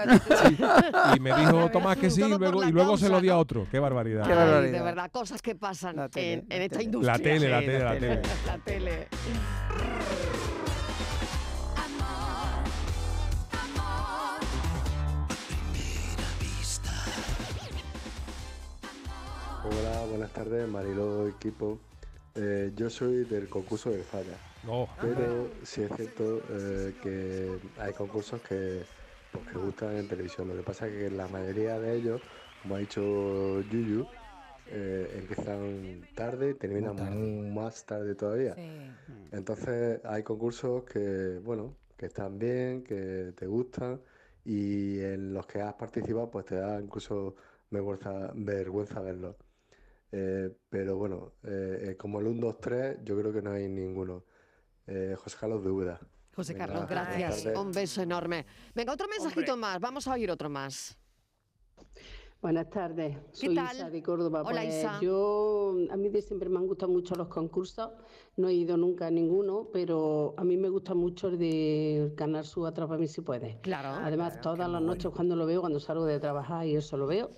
[SPEAKER 4] sí. Y me dijo Tomás que sí, y luego, y luego se lo di a otro. Qué barbaridad.
[SPEAKER 1] Ay, de verdad, cosas que pasan en, en esta industria.
[SPEAKER 4] La tele, la tele, la tele.
[SPEAKER 1] La tele.
[SPEAKER 19] Hola, buenas tardes, Mariló, equipo. Eh, yo soy del concurso de Falla.
[SPEAKER 4] No.
[SPEAKER 19] Pero sí es cierto eh, que hay concursos que, pues, que gustan en televisión. Lo que pasa es que la mayoría de ellos, como ha dicho Yuyu, eh, empiezan tarde y terminan más tarde todavía. Entonces hay concursos que, bueno, que están bien, que te gustan y en los que has participado pues te da incluso vergüenza, vergüenza verlos. Eh, pero bueno, eh, eh, como el 1, 2, 3 yo creo que no hay ninguno. Eh, José Carlos de Úbeda.
[SPEAKER 1] José
[SPEAKER 19] Venga,
[SPEAKER 1] Carlos,
[SPEAKER 19] buenas
[SPEAKER 1] gracias.
[SPEAKER 19] tardes.
[SPEAKER 1] Un beso enorme. Venga, otro mensajito más. Vamos a oír otro más.
[SPEAKER 20] Buenas tardes,
[SPEAKER 1] ¿Qué
[SPEAKER 20] soy
[SPEAKER 1] tal?
[SPEAKER 20] Isa de Córdoba.
[SPEAKER 1] Hola,
[SPEAKER 20] Pues
[SPEAKER 1] Isa.
[SPEAKER 20] Yo, a mí de siempre me han gustado mucho los concursos, no he ido nunca a ninguno, pero a mí me gusta mucho el de Canal Sur Atrápame si puedes.
[SPEAKER 1] Claro.
[SPEAKER 20] Además, todas las noches cuando lo veo, cuando salgo de trabajar y eso lo veo,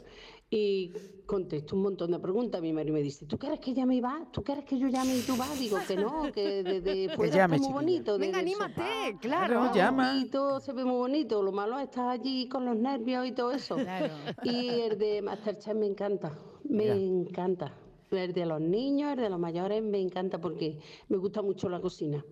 [SPEAKER 20] y contesto un montón de preguntas. Mi marido me dice, ¿tú quieres que llame y va? ¿Tú quieres que yo llame y tú vas? Digo que no, que desde
[SPEAKER 18] Que
[SPEAKER 20] fuera
[SPEAKER 18] llame,
[SPEAKER 20] está muy
[SPEAKER 18] chiquilla.
[SPEAKER 20] bonito.
[SPEAKER 18] Venga,
[SPEAKER 20] desde el
[SPEAKER 18] anímate,
[SPEAKER 20] sofá,
[SPEAKER 18] claro.
[SPEAKER 20] está
[SPEAKER 18] Llama.
[SPEAKER 20] bonito, todo se ve muy bonito. Lo malo es estar allí con los nervios y todo eso.
[SPEAKER 18] Claro.
[SPEAKER 20] Y el de Masterchef me encanta, me
[SPEAKER 18] Ya.
[SPEAKER 20] encanta. El de los niños, el de los mayores, me encanta porque me gusta mucho la cocina.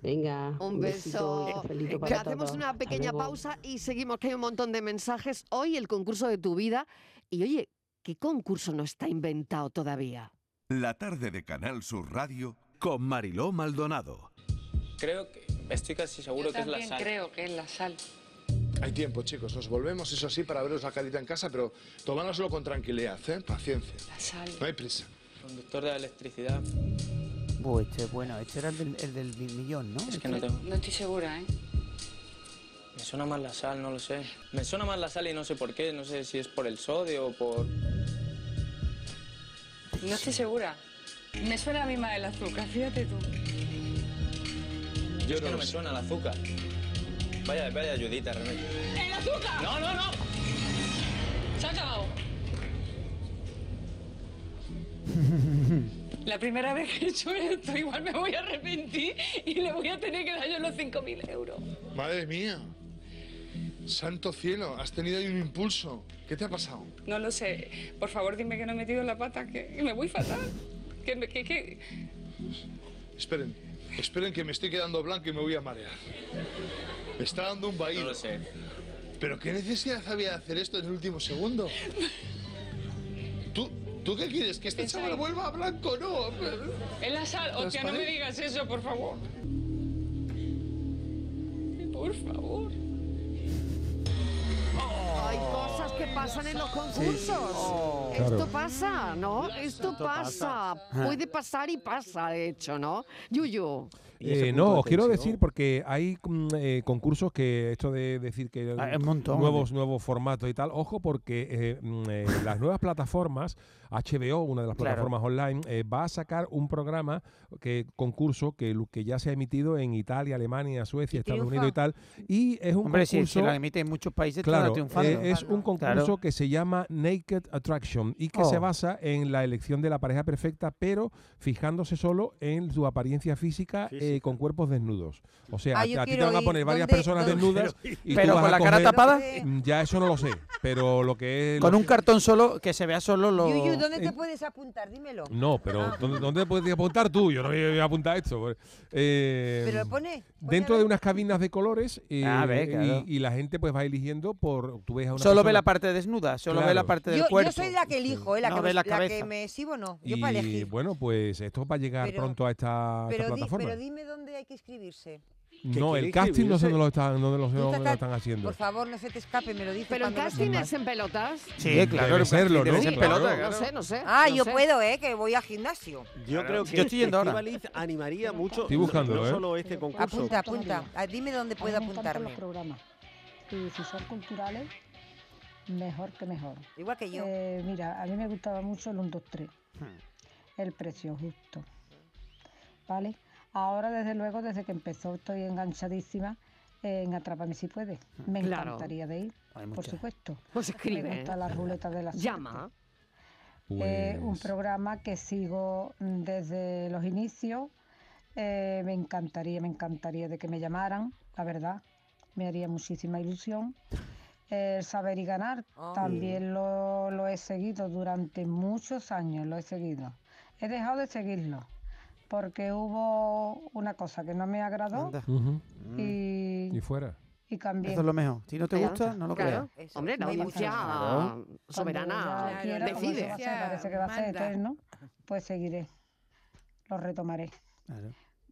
[SPEAKER 20] Venga,
[SPEAKER 1] Un beso.
[SPEAKER 20] besito y cafelito
[SPEAKER 1] Que
[SPEAKER 20] para
[SPEAKER 1] hacemos
[SPEAKER 20] todos.
[SPEAKER 1] una
[SPEAKER 20] Hasta
[SPEAKER 1] pequeña
[SPEAKER 20] luego.
[SPEAKER 1] pausa y seguimos, que hay un montón de mensajes. Hoy el concurso de tu vida. Y oye, ¿qué concurso no está inventado todavía?
[SPEAKER 21] La tarde de Canal Sur Radio con Mariló Maldonado.
[SPEAKER 22] Creo que, estoy casi seguro que es la sal.
[SPEAKER 23] que es la sal. Hay tiempo, chicos. Nos volvemos, eso sí, para veros la carita en casa, pero tomándoslo con tranquilidad, ¿eh? Paciencia. La
[SPEAKER 22] sal.
[SPEAKER 19] ¿Eh?
[SPEAKER 23] No hay prisa.
[SPEAKER 22] Conductor de la electricidad.
[SPEAKER 7] Buh, este es bueno, este era el del, el del mil millón, ¿no? Este,
[SPEAKER 22] Es que no tengo.
[SPEAKER 23] estoy segura, ¿eh?
[SPEAKER 22] Me suena más la sal, no lo sé. Me suena más la sal y no sé por qué. No sé si es por el sodio o por.
[SPEAKER 23] No estoy segura. Me suena a mí más el azúcar, fíjate tú.
[SPEAKER 22] Yo es que no me suena el azúcar. Vaya, vaya ayudita, realmente.
[SPEAKER 23] ¡El azúcar!
[SPEAKER 22] No, no, no.
[SPEAKER 23] Se ha acabado. La primera vez que he hecho esto, igual me voy a arrepentir y le voy a tener que dar yo los 5.000 euros. Madre mía. Santo cielo, has tenido ahí un impulso. ¿Qué te ha pasado? No lo sé. Por favor, dime que no he metido la pata, que que me voy fatal. Que, me- que, que... Esperen, esperen que me estoy quedando blanco y me voy a marear. Me está dando un vaído. No lo sé. Pero qué necesidad había de hacer esto en el último segundo. ¿Tú, ¿tú qué quieres? ¿Que este chaval vuelva a blanco? No. En la sal, hostia, no me digas eso, por favor. Por favor.
[SPEAKER 1] Hay cosas que pasan en los concursos.
[SPEAKER 4] Oh.
[SPEAKER 1] Esto
[SPEAKER 18] Claro.
[SPEAKER 1] pasa, ¿no? Esto
[SPEAKER 18] Esto
[SPEAKER 1] pasa.
[SPEAKER 18] pasa.
[SPEAKER 4] Ah.
[SPEAKER 1] Puede pasar y pasa, de hecho, ¿no? Yuyu.
[SPEAKER 4] Eh, no, os quiero decir porque hay mm, eh, concursos que esto de decir que
[SPEAKER 7] Ah,
[SPEAKER 4] mm,
[SPEAKER 7] un montón.
[SPEAKER 4] nuevos nuevos formatos y tal, ojo porque eh, mm,
[SPEAKER 7] *laughs*
[SPEAKER 4] eh, las nuevas plataformas, HBO, una de las
[SPEAKER 7] Claro.
[SPEAKER 4] plataformas online, eh, va a sacar un programa que concurso que, lu- que ya se ha emitido en Italia, Alemania, Suecia, Estados
[SPEAKER 7] triunfa?
[SPEAKER 4] Unidos y tal, y es un
[SPEAKER 7] Hombre, si-
[SPEAKER 4] concurso
[SPEAKER 7] si lo emite en muchos países, estará
[SPEAKER 4] Claro,
[SPEAKER 7] triunfando.
[SPEAKER 4] eh, es un concurso
[SPEAKER 7] Claro.
[SPEAKER 4] que se llama Naked Attraction y que
[SPEAKER 7] Oh.
[SPEAKER 4] se basa en la elección de la pareja perfecta, pero fijándose solo en su apariencia física, eh, con cuerpos desnudos. O sea,
[SPEAKER 7] Ah,
[SPEAKER 4] a
[SPEAKER 7] yo
[SPEAKER 4] ti- a ti te
[SPEAKER 7] quiero
[SPEAKER 4] van a
[SPEAKER 7] ir.
[SPEAKER 4] poner varias
[SPEAKER 7] ¿Dónde-
[SPEAKER 4] personas
[SPEAKER 7] dónde?
[SPEAKER 4] desnudas
[SPEAKER 7] Pero-
[SPEAKER 4] y tú
[SPEAKER 7] pero
[SPEAKER 4] vas
[SPEAKER 7] con
[SPEAKER 4] a
[SPEAKER 7] la cara
[SPEAKER 4] coger-
[SPEAKER 7] tapada.
[SPEAKER 4] Mm, Ya eso no lo sé, pero lo que es
[SPEAKER 7] Con
[SPEAKER 4] lo
[SPEAKER 7] un cartón solo que se vea solo lo.
[SPEAKER 8] Yuyu, ¿dónde
[SPEAKER 4] Eh,
[SPEAKER 8] te puedes apuntar? Dímelo.
[SPEAKER 4] No, pero
[SPEAKER 8] Ah.
[SPEAKER 4] ¿dónde, dónde puedes apuntar tú? Yo no me voy a apuntar a esto. Eh,
[SPEAKER 8] Pero lo pone,
[SPEAKER 4] Dentro de unas cabinas de colores eh,
[SPEAKER 7] A ver,
[SPEAKER 4] y-
[SPEAKER 7] Ah, claro.
[SPEAKER 4] y, la gente pues va eligiendo por... Tú ves a una
[SPEAKER 7] Solo ve
[SPEAKER 4] persona-
[SPEAKER 7] la parte desnuda, solo ve la
[SPEAKER 4] Claro.
[SPEAKER 7] parte del
[SPEAKER 8] Yo,
[SPEAKER 7] cuerpo.
[SPEAKER 8] yo soy la que elijo, ¿eh? la,
[SPEAKER 7] No
[SPEAKER 8] que,
[SPEAKER 7] ve
[SPEAKER 8] me,
[SPEAKER 7] la
[SPEAKER 8] la que
[SPEAKER 7] cabeza.
[SPEAKER 8] me exhibo no. Yo
[SPEAKER 4] Y
[SPEAKER 8] para elegir.
[SPEAKER 4] bueno, pues esto va a llegar
[SPEAKER 8] Pero-
[SPEAKER 4] pronto a esta, a esta
[SPEAKER 8] Pero, di-
[SPEAKER 4] plataforma.
[SPEAKER 8] pero dime dónde hay que inscribirse.
[SPEAKER 4] no, el
[SPEAKER 8] quiere
[SPEAKER 4] casting no sé
[SPEAKER 8] escribirse?
[SPEAKER 4] dónde lo están, dónde lo, dónde lo
[SPEAKER 8] Total,
[SPEAKER 4] están haciendo.
[SPEAKER 8] Por favor, no se te escape, me lo dices.
[SPEAKER 1] Pero el
[SPEAKER 8] cuando lo
[SPEAKER 1] casting
[SPEAKER 8] sepas.
[SPEAKER 1] es en pelotas.
[SPEAKER 4] Sí, claro, Debe el casting serlo, debe ¿no? ser en pelota,
[SPEAKER 1] No sé, no sé.
[SPEAKER 8] Ah,
[SPEAKER 1] no
[SPEAKER 8] yo
[SPEAKER 1] sé.
[SPEAKER 8] puedo, ¿eh? Que voy al gimnasio.
[SPEAKER 6] Yo creo que
[SPEAKER 7] Yo estoy yendo ahora.
[SPEAKER 6] Estíbaliz animaría mucho
[SPEAKER 4] Estoy buscándolo,
[SPEAKER 6] no
[SPEAKER 4] ¿eh?
[SPEAKER 6] solo este concurso.
[SPEAKER 8] Apunta, apunta. Ah, Dime dónde puedo apuntarme.
[SPEAKER 24] programas. Y si son culturales,
[SPEAKER 2] Mejor que mejor.
[SPEAKER 8] Igual que yo.
[SPEAKER 2] Eh, mira, a mí me gustaba mucho el 1, 2, 3.
[SPEAKER 7] Hmm.
[SPEAKER 2] El precio justo. ¿Vale? Ahora, desde luego, desde que empezó, estoy enganchadísima en Atrápame si puedes. Me
[SPEAKER 1] Mm, Claro.
[SPEAKER 2] encantaría de ir,
[SPEAKER 1] Hay
[SPEAKER 2] por
[SPEAKER 1] muchas.
[SPEAKER 2] supuesto.
[SPEAKER 1] *laughs* Pues
[SPEAKER 2] Me
[SPEAKER 1] escribe.
[SPEAKER 2] gusta la ruleta
[SPEAKER 1] *laughs*
[SPEAKER 2] de la suerte.
[SPEAKER 1] Llama.
[SPEAKER 2] Eh, un
[SPEAKER 1] Pues-
[SPEAKER 2] programa que sigo mm, desde los inicios. Eh, me encantaría, me encantaría de que me llamaran, la verdad. Me haría muchísima ilusión. El saber y ganar
[SPEAKER 3] Ah.
[SPEAKER 2] también lo, lo he seguido durante muchos años, lo he seguido. He dejado de seguirlo porque hubo una cosa que no me agradó
[SPEAKER 7] Anda.
[SPEAKER 4] Ujú.
[SPEAKER 2] y,
[SPEAKER 4] Y fuera.
[SPEAKER 2] y cambié.
[SPEAKER 7] Eso es lo mejor. Si no te
[SPEAKER 2] Ahí
[SPEAKER 7] gusta,
[SPEAKER 2] está.
[SPEAKER 7] no lo
[SPEAKER 2] Claro.
[SPEAKER 7] creas.
[SPEAKER 2] Eso. Hombre, la
[SPEAKER 7] No
[SPEAKER 2] audiencia
[SPEAKER 7] pasa nada.
[SPEAKER 2] Claro.
[SPEAKER 1] soberana
[SPEAKER 2] Cuando ya quiera, como
[SPEAKER 1] decide.
[SPEAKER 2] eso va a ser- parece que va a ser
[SPEAKER 1] Manda.
[SPEAKER 2] eterno, pues seguiré, lo retomaré.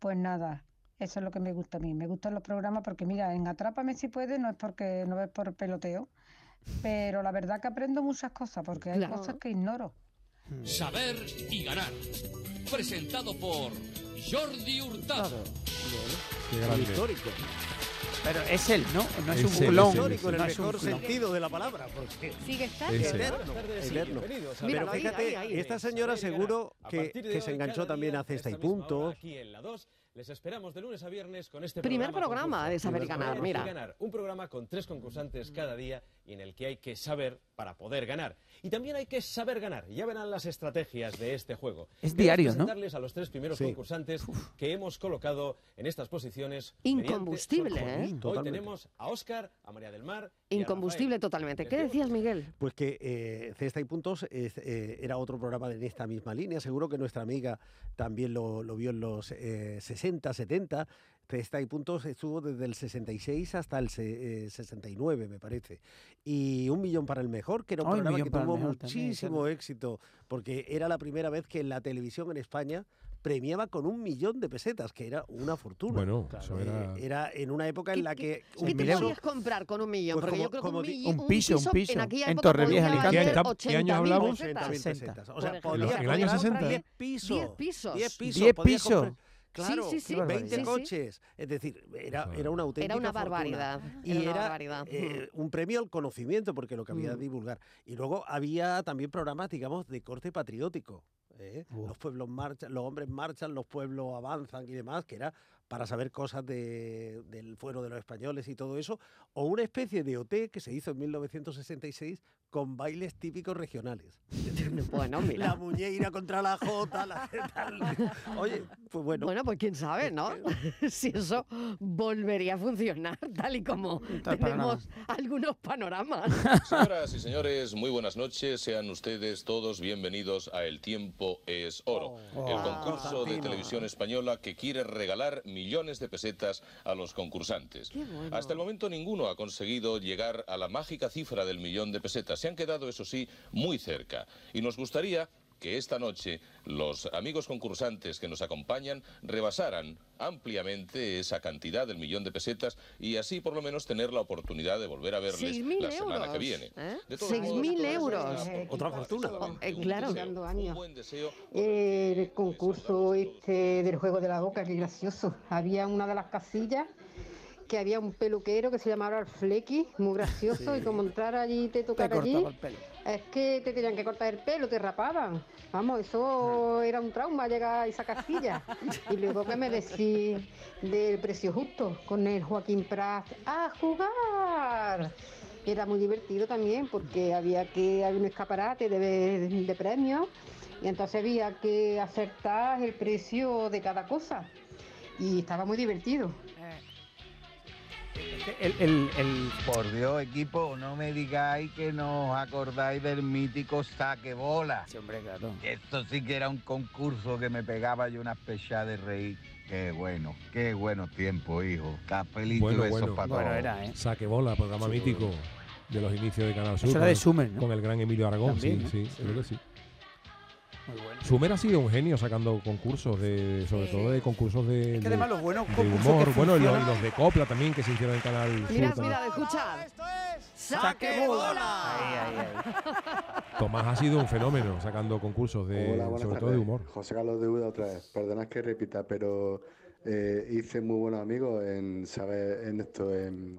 [SPEAKER 2] Pues nada, eso es lo que me gusta a mí. Me gustan los programas porque, mira, en Atrápame si puede, no es porque no es por peloteo, pero la verdad que aprendo muchas cosas porque hay
[SPEAKER 18] Claro.
[SPEAKER 2] cosas que ignoro.
[SPEAKER 18] Saber y ganar. Presentado por Jordi Hurtado.
[SPEAKER 4] Qué grande.
[SPEAKER 6] Histórico.
[SPEAKER 7] Pero es él, ¿no? No es,
[SPEAKER 4] Es
[SPEAKER 7] un
[SPEAKER 4] él,
[SPEAKER 7] culón.
[SPEAKER 4] es él, es él.
[SPEAKER 6] En el
[SPEAKER 7] No es un
[SPEAKER 6] mejor
[SPEAKER 7] culón.
[SPEAKER 6] sentido de la palabra. Porque
[SPEAKER 5] Sigue estando.
[SPEAKER 6] es
[SPEAKER 5] Ese.
[SPEAKER 6] eterno.
[SPEAKER 5] Buenas tardes y
[SPEAKER 6] eterno.
[SPEAKER 5] bienvenidos a
[SPEAKER 6] Pero
[SPEAKER 5] Míralo ahí,
[SPEAKER 6] fíjate,
[SPEAKER 5] ahí, ahí.
[SPEAKER 6] esta señora
[SPEAKER 5] Saber y
[SPEAKER 6] seguro
[SPEAKER 5] ganar. A
[SPEAKER 6] que,
[SPEAKER 5] partir de
[SPEAKER 6] que
[SPEAKER 5] hoy,
[SPEAKER 6] se
[SPEAKER 5] cada
[SPEAKER 6] enganchó también
[SPEAKER 5] día,
[SPEAKER 6] a Cesta y
[SPEAKER 5] esta misma hora,
[SPEAKER 6] Punto.
[SPEAKER 5] Aquí en la 2 les esperamos de lunes a viernes con este
[SPEAKER 1] Primer programa de
[SPEAKER 5] concurso.
[SPEAKER 1] Saber y
[SPEAKER 5] Primer
[SPEAKER 1] Ganar,
[SPEAKER 5] programa de
[SPEAKER 1] mira.
[SPEAKER 5] Ganar, un programa con tres concursantes cada día y en el que hay que saber para poder ganar. Y también hay que saber ganar. Ya verán las estrategias de este juego.
[SPEAKER 7] Es
[SPEAKER 5] Queremos
[SPEAKER 7] diario, ¿no?
[SPEAKER 5] presentarles a los tres primeros concursantes que hemos colocado en estas posiciones. mediante
[SPEAKER 1] Incombustible,
[SPEAKER 5] sorteo.
[SPEAKER 1] ¿eh?
[SPEAKER 5] Hoy
[SPEAKER 1] Totalmente.
[SPEAKER 5] tenemos a Óscar, a María del Mar. y a
[SPEAKER 1] Incombustible totalmente. ¿Qué decías, Miguel?
[SPEAKER 6] Pues que eh, Cesta y Puntos es, eh, era otro programa en esta misma línea. Seguro que nuestra amiga también lo, lo vio en los eh, 60, 70. Cesta y Puntos estuvo desde el 66 hasta el se- eh, 69, me parece. Y Un Millón para el Mejor, que era un
[SPEAKER 7] Ay, Un
[SPEAKER 6] programa
[SPEAKER 7] Millón
[SPEAKER 6] que
[SPEAKER 7] para el
[SPEAKER 6] tuvo
[SPEAKER 7] Mejor también,
[SPEAKER 6] muchísimo éxito, porque era la primera vez que la televisión en España premiaba con un millón de pesetas, que era una fortuna.
[SPEAKER 4] Bueno,
[SPEAKER 6] Claro,
[SPEAKER 4] eso era-
[SPEAKER 6] eh, era en una época en la que... un
[SPEAKER 1] ¿Qué te
[SPEAKER 6] millón-
[SPEAKER 1] podías comprar con un millón?
[SPEAKER 6] Pues
[SPEAKER 1] Porque
[SPEAKER 6] como-
[SPEAKER 1] yo creo que
[SPEAKER 6] como
[SPEAKER 1] un,
[SPEAKER 6] di-
[SPEAKER 1] millón-
[SPEAKER 6] un piso, un piso,
[SPEAKER 1] en aquella
[SPEAKER 6] en
[SPEAKER 1] época
[SPEAKER 6] Torrevieja,
[SPEAKER 1] podía
[SPEAKER 6] Alicante.
[SPEAKER 1] valer
[SPEAKER 6] ¿Qué año
[SPEAKER 1] 80.000
[SPEAKER 6] hablamos?
[SPEAKER 1] pesetas.
[SPEAKER 6] 80.000 pesetas. O sea,
[SPEAKER 1] Por
[SPEAKER 6] podías
[SPEAKER 1] ejemplo.
[SPEAKER 6] En el año
[SPEAKER 1] Podías
[SPEAKER 6] 60.
[SPEAKER 1] comprar
[SPEAKER 6] 10
[SPEAKER 1] 10 pisos.
[SPEAKER 6] 10 pisos.
[SPEAKER 7] 10
[SPEAKER 6] podías
[SPEAKER 7] pisos.
[SPEAKER 6] comprar- Claro,
[SPEAKER 1] Sí, sí, sí.
[SPEAKER 6] 20
[SPEAKER 1] Sí, sí. *laughs*
[SPEAKER 6] coches. Es decir, era, era una auténtica
[SPEAKER 1] una
[SPEAKER 6] fortuna.
[SPEAKER 1] barbaridad,
[SPEAKER 6] Y
[SPEAKER 1] era
[SPEAKER 6] era,
[SPEAKER 1] una barbaridad.
[SPEAKER 6] eh, un premio al conocimiento, porque lo que había
[SPEAKER 1] Mm.
[SPEAKER 6] divulgar. Y luego había también programas, digamos, de corte patriótico. ¿eh? Los pueblos marchan, los hombres marchan, los pueblos avanzan y demás, que era para saber cosas de- del fuero de los españoles y todo eso, o una especie de OT que se hizo en 1966 con bailes típicos regionales.
[SPEAKER 1] *laughs* Bueno, mira.
[SPEAKER 6] La muñeira contra la jota, la
[SPEAKER 1] *laughs*
[SPEAKER 6] tal. Oye, pues bueno.
[SPEAKER 1] Bueno, pues quién sabe, ¿no? si eso volvería a funcionar *laughs* tal y como
[SPEAKER 6] Tal
[SPEAKER 1] tenemos algunos panoramas.
[SPEAKER 6] *laughs*
[SPEAKER 24] Señoras y señores, muy buenas noches. Sean ustedes todos bienvenidos a El Tiempo es Oro,
[SPEAKER 25] Oh.
[SPEAKER 24] el concurso de televisión española que quiere regalar millones de pesetas a los concursantes.
[SPEAKER 25] Qué bueno.
[SPEAKER 24] Hasta el momento ninguno ha conseguido llegar a la mágica cifra del millón de pesetas. Se han quedado, eso sí, muy cerca. Y nos gustaría que esta noche los amigos concursantes que nos acompañan rebasaran ampliamente esa cantidad del millón de pesetas y así por lo menos tener la oportunidad de volver a verles
[SPEAKER 1] 6.000
[SPEAKER 24] la semana que
[SPEAKER 1] euros,
[SPEAKER 24] viene.
[SPEAKER 1] ¿eh?
[SPEAKER 24] De todos modos,
[SPEAKER 1] 6.000
[SPEAKER 24] todas
[SPEAKER 1] euros.
[SPEAKER 24] estas
[SPEAKER 1] Eh,
[SPEAKER 24] oportunidades
[SPEAKER 1] fortuna.
[SPEAKER 24] solamente
[SPEAKER 1] Eh,
[SPEAKER 24] un
[SPEAKER 1] claro.
[SPEAKER 24] deseo,
[SPEAKER 1] Dando
[SPEAKER 24] un
[SPEAKER 1] años.
[SPEAKER 24] buen deseo
[SPEAKER 2] El concurso este del juego de la boca, qué gracioso. Había una de las casillas que había un peluquero que se llamaba el Flequi, muy gracioso,
[SPEAKER 26] Sí.
[SPEAKER 2] y como entrar allí y te tocar allí,
[SPEAKER 26] cortaba el pelo.
[SPEAKER 2] es que te tenían que cortar el pelo, te rapaban. Vamos, eso era un trauma llegar a esa casilla. y luego que me decís del precio justo con el Joaquín Prat a jugar. Era muy divertido también porque había que había un escaparate de, de premios y entonces había que acertar el precio de cada cosa. Y estaba muy divertido.
[SPEAKER 27] El, el- el- Por Dios, equipo, no me digáis que no os acordáis del mítico saque bola. Esto sí que era un concurso que me pegaba yo una pechada de reír. Qué bueno, qué bueno tiempo, hijo. Capelito y
[SPEAKER 4] Bueno,
[SPEAKER 27] besos
[SPEAKER 4] bueno.
[SPEAKER 27] para todos.
[SPEAKER 4] Saque bola, programa
[SPEAKER 27] Sí.
[SPEAKER 4] mítico de los inicios de Canal Sur.
[SPEAKER 27] Eso era de
[SPEAKER 4] con-
[SPEAKER 27] Sumer,
[SPEAKER 4] Con el gran Emilio Aragón,
[SPEAKER 27] También,
[SPEAKER 4] sí,
[SPEAKER 27] ¿no?
[SPEAKER 4] sí, creo que sí. Sumer ha sido un genio sacando concursos, de, sobre todo de concursos de, de-
[SPEAKER 7] además los buenos
[SPEAKER 4] de
[SPEAKER 7] concursos que
[SPEAKER 4] humor. bueno, y los,
[SPEAKER 7] funcionan-
[SPEAKER 4] y los de copla también que se hicieron en Canal Sur.
[SPEAKER 1] Mirad,
[SPEAKER 4] también.
[SPEAKER 1] mirad, escuchad.
[SPEAKER 7] ¡Saque
[SPEAKER 1] ¡Saque
[SPEAKER 7] bola!
[SPEAKER 1] bola!
[SPEAKER 4] Tomás ha sido un fenómeno sacando concursos, de,
[SPEAKER 19] Hola, buenas
[SPEAKER 4] sobre todo de
[SPEAKER 19] tardes.
[SPEAKER 4] humor.
[SPEAKER 19] José Carlos de Uda otra vez. Perdonad que repita, pero eh, hice muy buenos amigos en saber en esto, en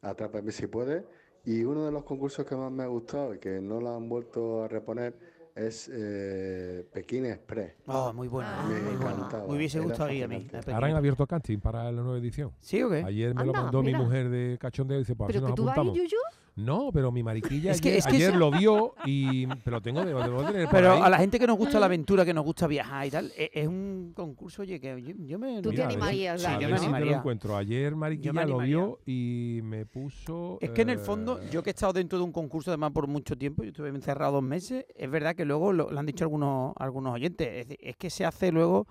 [SPEAKER 19] Atrápame si puede. Y uno de los concursos que más me ha gustado y que no lo han vuelto a reponer es eh, Pekín Express.
[SPEAKER 7] Ah, muy bueno,
[SPEAKER 19] Me
[SPEAKER 7] muy bueno.
[SPEAKER 19] encantaba,
[SPEAKER 7] Me hubiese
[SPEAKER 19] era
[SPEAKER 7] gustado ir a mí,
[SPEAKER 19] fascinante.
[SPEAKER 4] Ahora han abierto casting para la nueva edición.
[SPEAKER 7] ¿Sí o qué?
[SPEAKER 4] Ayer me lo
[SPEAKER 7] Anda,
[SPEAKER 4] mandó
[SPEAKER 7] mira.
[SPEAKER 4] mi mujer de cachondeo y dice, pues a ver
[SPEAKER 1] ¿Pero
[SPEAKER 4] si
[SPEAKER 1] que
[SPEAKER 4] nos
[SPEAKER 1] tú vas ahí,
[SPEAKER 4] apuntamos.
[SPEAKER 1] Yuyu?
[SPEAKER 4] No, pero mi mariquilla
[SPEAKER 7] Es que-
[SPEAKER 4] ayer,
[SPEAKER 7] es que
[SPEAKER 4] ayer
[SPEAKER 7] sí.
[SPEAKER 4] lo vio y pero tengo de, debo tener por ahí.
[SPEAKER 7] Pero a la gente que nos gusta la aventura, que nos gusta viajar y tal, e- es, un concurso, oye, que yo, yo me...
[SPEAKER 4] Mira, a ver-
[SPEAKER 7] Sí,
[SPEAKER 4] a
[SPEAKER 7] yo
[SPEAKER 4] ver si
[SPEAKER 7] me
[SPEAKER 4] te lo
[SPEAKER 7] animaría.
[SPEAKER 4] encuentro. Ayer mariquilla lo
[SPEAKER 7] animaría.
[SPEAKER 4] vio y me puso
[SPEAKER 7] Es que en el
[SPEAKER 4] eh,
[SPEAKER 7] fondo, yo que he estado dentro de un concurso además por mucho tiempo, yo estuve encerrado dos meses, es verdad que luego lo, lo han dicho algunos, algunos oyentes, es, decir, es que se hace luego,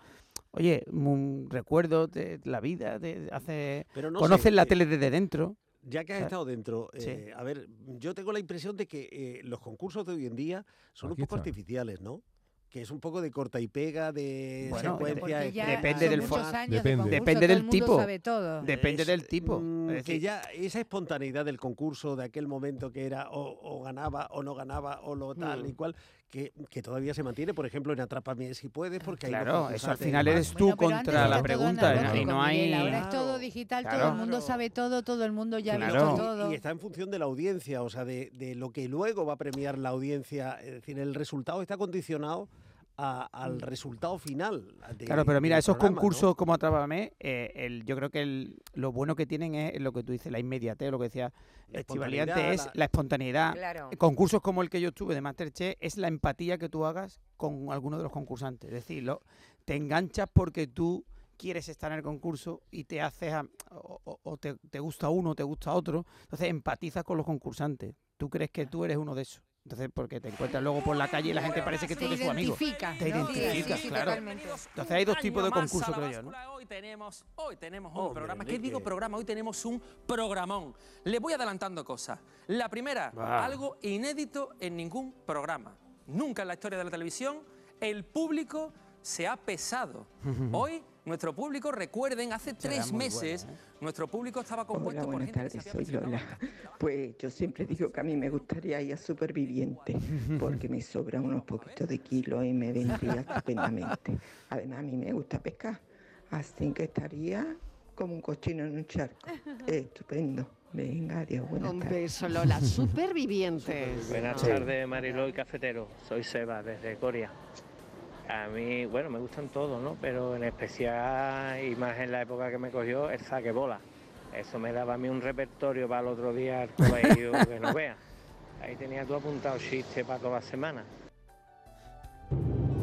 [SPEAKER 7] oye, un recuerdo de la vida, de, hace,
[SPEAKER 6] Pero no
[SPEAKER 7] conoces
[SPEAKER 6] sé,
[SPEAKER 7] la
[SPEAKER 6] eh,
[SPEAKER 7] tele desde dentro.
[SPEAKER 6] Ya que has
[SPEAKER 7] ¿sabes?
[SPEAKER 6] estado dentro,
[SPEAKER 7] Sí.
[SPEAKER 6] eh, a ver, yo tengo la impresión de que eh, los concursos de hoy en día son
[SPEAKER 7] Aquí
[SPEAKER 6] un poco
[SPEAKER 7] está.
[SPEAKER 6] artificiales, ¿no? Que es un poco de corta y pega, de
[SPEAKER 7] Bueno,
[SPEAKER 6] secuencia,
[SPEAKER 7] porque ya
[SPEAKER 6] etcétera.
[SPEAKER 7] Depende son del muchos fo- años de Depende. concurso, Depende todo del el mundo tipo. sabe todo. Depende del tipo.
[SPEAKER 6] mm,
[SPEAKER 7] Es
[SPEAKER 6] que
[SPEAKER 7] decir-
[SPEAKER 6] ya esa espontaneidad del concurso de aquel momento que era o, o ganaba o no ganaba o lo tal
[SPEAKER 7] Mm.
[SPEAKER 6] y cual, que, que todavía se mantiene, por ejemplo, en Atrápame si puedes, porque ahí los
[SPEAKER 7] Claro, eso al
[SPEAKER 6] concursantes-
[SPEAKER 7] final eres tú contra la pregunta y no hay...
[SPEAKER 5] Miguel, ahora es todo digital, todo
[SPEAKER 6] Claro.
[SPEAKER 5] el mundo sabe todo, todo el mundo ya ha
[SPEAKER 6] Claro.
[SPEAKER 5] visto todo.
[SPEAKER 6] Y, y está en función de la audiencia, o sea, de, de lo que luego va a premiar la audiencia. Es decir, el resultado está condicionado a-
[SPEAKER 5] Mm.
[SPEAKER 6] al resultado final. de-
[SPEAKER 7] Claro, pero mira,
[SPEAKER 6] del
[SPEAKER 7] esos
[SPEAKER 6] programa, ¿no?
[SPEAKER 7] concursos como Atrápame, eh, el- yo creo que el- lo bueno que tienen es lo que tú dices, la inmediatez, lo que decía Estivali
[SPEAKER 6] espontaneidad,
[SPEAKER 7] antes, es
[SPEAKER 6] la-
[SPEAKER 7] la espontaneidad.
[SPEAKER 6] Claro.
[SPEAKER 7] Concursos como el que yo tuve de Masterchef es la empatía que tú hagas con alguno de los concursantes. Es decir, lo- te enganchas porque tú quieres estar en el concurso y te haces, a- o, o- o te, te gusta uno, o te gusta otro. Entonces empatizas con los concursantes. Tú crees que tú eres uno de esos. Entonces, porque te encuentras luego por la calle y la gente parece que tú
[SPEAKER 5] Te
[SPEAKER 7] eres su amigo.
[SPEAKER 5] identificas,
[SPEAKER 7] Te
[SPEAKER 5] ¿no? Sí, sí,
[SPEAKER 7] identificas,
[SPEAKER 5] sí,
[SPEAKER 7] claro.
[SPEAKER 5] totalmente.
[SPEAKER 7] Entonces hay dos tipos de concursos, creo yo, ¿no?
[SPEAKER 17] Hoy tenemos, hoy tenemos un programa. ¿Qué digo programa? Hoy tenemos un programón. Les voy adelantando cosas. La primera,
[SPEAKER 7] Va.
[SPEAKER 17] algo inédito en ningún programa. Nunca en la historia de la televisión el público se
[SPEAKER 7] *laughs*
[SPEAKER 17] ha pesado. Hoy nuestro público, recuerden, hace tres
[SPEAKER 3] muy
[SPEAKER 17] meses
[SPEAKER 7] ¿eh?
[SPEAKER 17] nuestro público estaba compuesto
[SPEAKER 3] Hola,
[SPEAKER 17] por
[SPEAKER 3] buenas
[SPEAKER 17] gente que se
[SPEAKER 3] tardes,
[SPEAKER 17] había
[SPEAKER 3] soy
[SPEAKER 17] aficionado
[SPEAKER 3] Lola. Pues yo siempre digo que a mí me gustaría ir a Superviviente, porque me sobra unos poquitos de kilos y me
[SPEAKER 1] *laughs*
[SPEAKER 3] vendría estupendamente. Además, a mí me gusta pescar, así que estaría como un cochino en un
[SPEAKER 1] *laughs*
[SPEAKER 3] charco. Estupendo. Venga, adiós, buenas
[SPEAKER 1] Un
[SPEAKER 3] tardes.
[SPEAKER 1] beso, Lola. Supervivientes.
[SPEAKER 9] Buenas
[SPEAKER 1] Eh, Sí.
[SPEAKER 9] tardes, Mariló y Cafetero. Soy Seba, desde Coria. A mí, bueno, me gustan todos, ¿no? Pero en especial, y más en la época que me cogió, el saquebola. Eso me daba a mí un repertorio para el otro día al colegio que no vea. Ahí tenía todo apuntado chiste para toda la semana.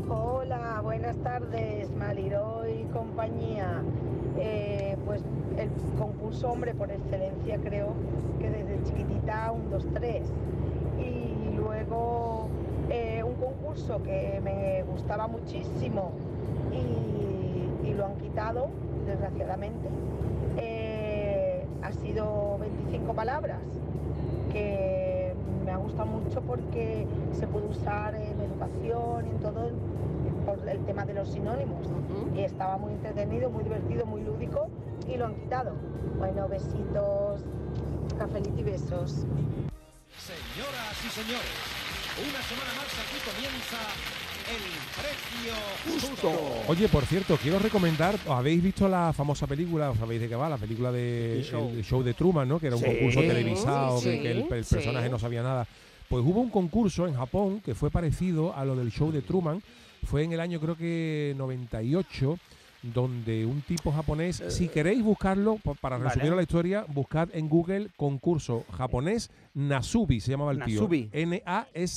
[SPEAKER 11] Hola, buenas tardes, Mariló y compañía. Eh, pues el concurso hombre por excelencia creo que desde chiquitita un 2, 3. Y luego eh, un concurso que me gustaba muchísimo y, y lo han quitado, desgraciadamente. Eh, ha sido 25 palabras que me ha gustado mucho porque se puede usar en educación y en todo por el tema de los sinónimos. Y estaba muy entretenido, muy divertido, muy lúdico y lo han quitado. Bueno, besitos, cafelito y besos.
[SPEAKER 18] Señoras y señores, una semana más aquí comienza el precio justo.
[SPEAKER 4] Oye, por cierto, quiero recomendar, ¿os habéis visto la famosa película, os sabéis de qué va, la película de
[SPEAKER 7] El show.
[SPEAKER 4] el show de Truman, ¿no? Que era un
[SPEAKER 7] Sí.
[SPEAKER 4] concurso televisado,
[SPEAKER 7] Sí,
[SPEAKER 4] que, que el,
[SPEAKER 7] sí,
[SPEAKER 4] el
[SPEAKER 7] sí.
[SPEAKER 4] personaje no sabía nada. Pues hubo un concurso en Japón que fue parecido a lo del show de Truman. Fue en el año creo que 98, donde un tipo japonés, si queréis buscarlo, pa- para
[SPEAKER 7] Eh. Vale.
[SPEAKER 4] resumir la historia, buscad en Google concurso japonés Nasubi, se llamaba el tío.
[SPEAKER 7] Nasubi.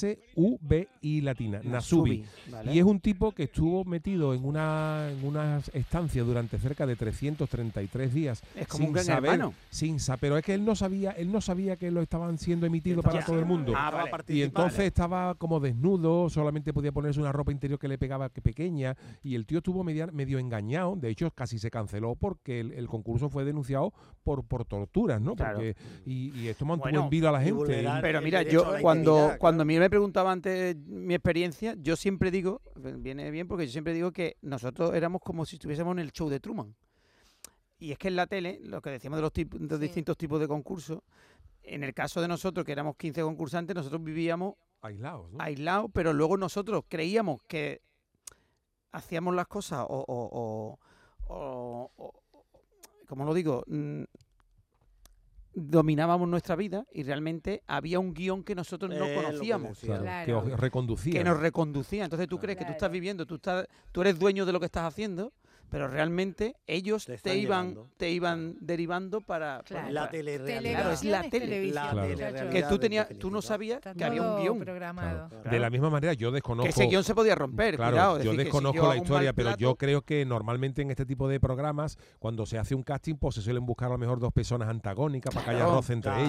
[SPEAKER 4] N-A-S-U-B-I latina, Nasubi.
[SPEAKER 7] Nasubi, vale.
[SPEAKER 4] Y es un tipo que estuvo metido en una, en una estancia durante cerca de 333 días.
[SPEAKER 7] Es como un gran hermano.
[SPEAKER 4] Sin sa- pero es que él no sabía, él no sabía que lo estaban siendo emitido
[SPEAKER 7] estaba
[SPEAKER 4] para todo el mundo.
[SPEAKER 7] Ah, vale.
[SPEAKER 4] Y entonces
[SPEAKER 7] Vale.
[SPEAKER 4] estaba como desnudo, solamente podía ponerse una ropa interior que le pegaba que pequeña. Y el tío estuvo media- medio engañado. De hecho, casi se canceló porque el, el concurso fue denunciado por, por torturas, ¿no?
[SPEAKER 7] Claro.
[SPEAKER 4] Porque- y, y esto mantuvo en vilo a la gente. ¿eh? Y-
[SPEAKER 7] Pero mira, yo cuando, cuando Miguel me preguntaba antes mi experiencia, yo siempre digo, viene bien porque yo siempre digo que nosotros éramos como si estuviésemos en el show de Truman. Y es que en la tele, lo que decíamos de los, tip- de los distintos tipos de concursos, en el caso de nosotros, que éramos 15 concursantes, nosotros vivíamos
[SPEAKER 4] aislados,
[SPEAKER 7] aislados, pero luego nosotros creíamos que hacíamos las cosas o, o- o- o- o- o- ¿cómo lo digo? Mm, dominábamos nuestra vida y realmente había un guión que nosotros no
[SPEAKER 4] Eh, lo que
[SPEAKER 7] conocíamos.
[SPEAKER 4] decía. Claro, que os Claro. reconducía.
[SPEAKER 7] Que nos reconducía. Entonces tú crees que tú estás viviendo, tú, estás, tú eres dueño de lo que estás haciendo, pero realmente ellos te,
[SPEAKER 6] están
[SPEAKER 7] iban
[SPEAKER 6] llevando.
[SPEAKER 7] te iban derivando para...
[SPEAKER 6] Claro.
[SPEAKER 7] para-
[SPEAKER 6] La
[SPEAKER 7] para-
[SPEAKER 6] telerrealidad.
[SPEAKER 7] Claro, es la
[SPEAKER 6] Televisión es
[SPEAKER 7] tele.
[SPEAKER 6] televisión, La muchachos. telerrealidad
[SPEAKER 7] Que tú,
[SPEAKER 6] en
[SPEAKER 7] tenías, tú no sabías que había un guión.
[SPEAKER 10] programado.
[SPEAKER 4] De la misma manera, yo desconozco.
[SPEAKER 7] Que ese guión se podía romper,
[SPEAKER 4] Claro,
[SPEAKER 7] cuidado, es
[SPEAKER 4] yo
[SPEAKER 7] decir, que si
[SPEAKER 4] desconozco
[SPEAKER 7] yo
[SPEAKER 4] la
[SPEAKER 7] hago un
[SPEAKER 4] historia,
[SPEAKER 7] mal
[SPEAKER 4] pero yo
[SPEAKER 7] plato-
[SPEAKER 4] creo que normalmente en este tipo de programas, cuando se hace un casting, pues se suelen buscar a lo mejor dos personas antagónicas para que haya
[SPEAKER 7] Claro,
[SPEAKER 4] roce entre
[SPEAKER 7] claro,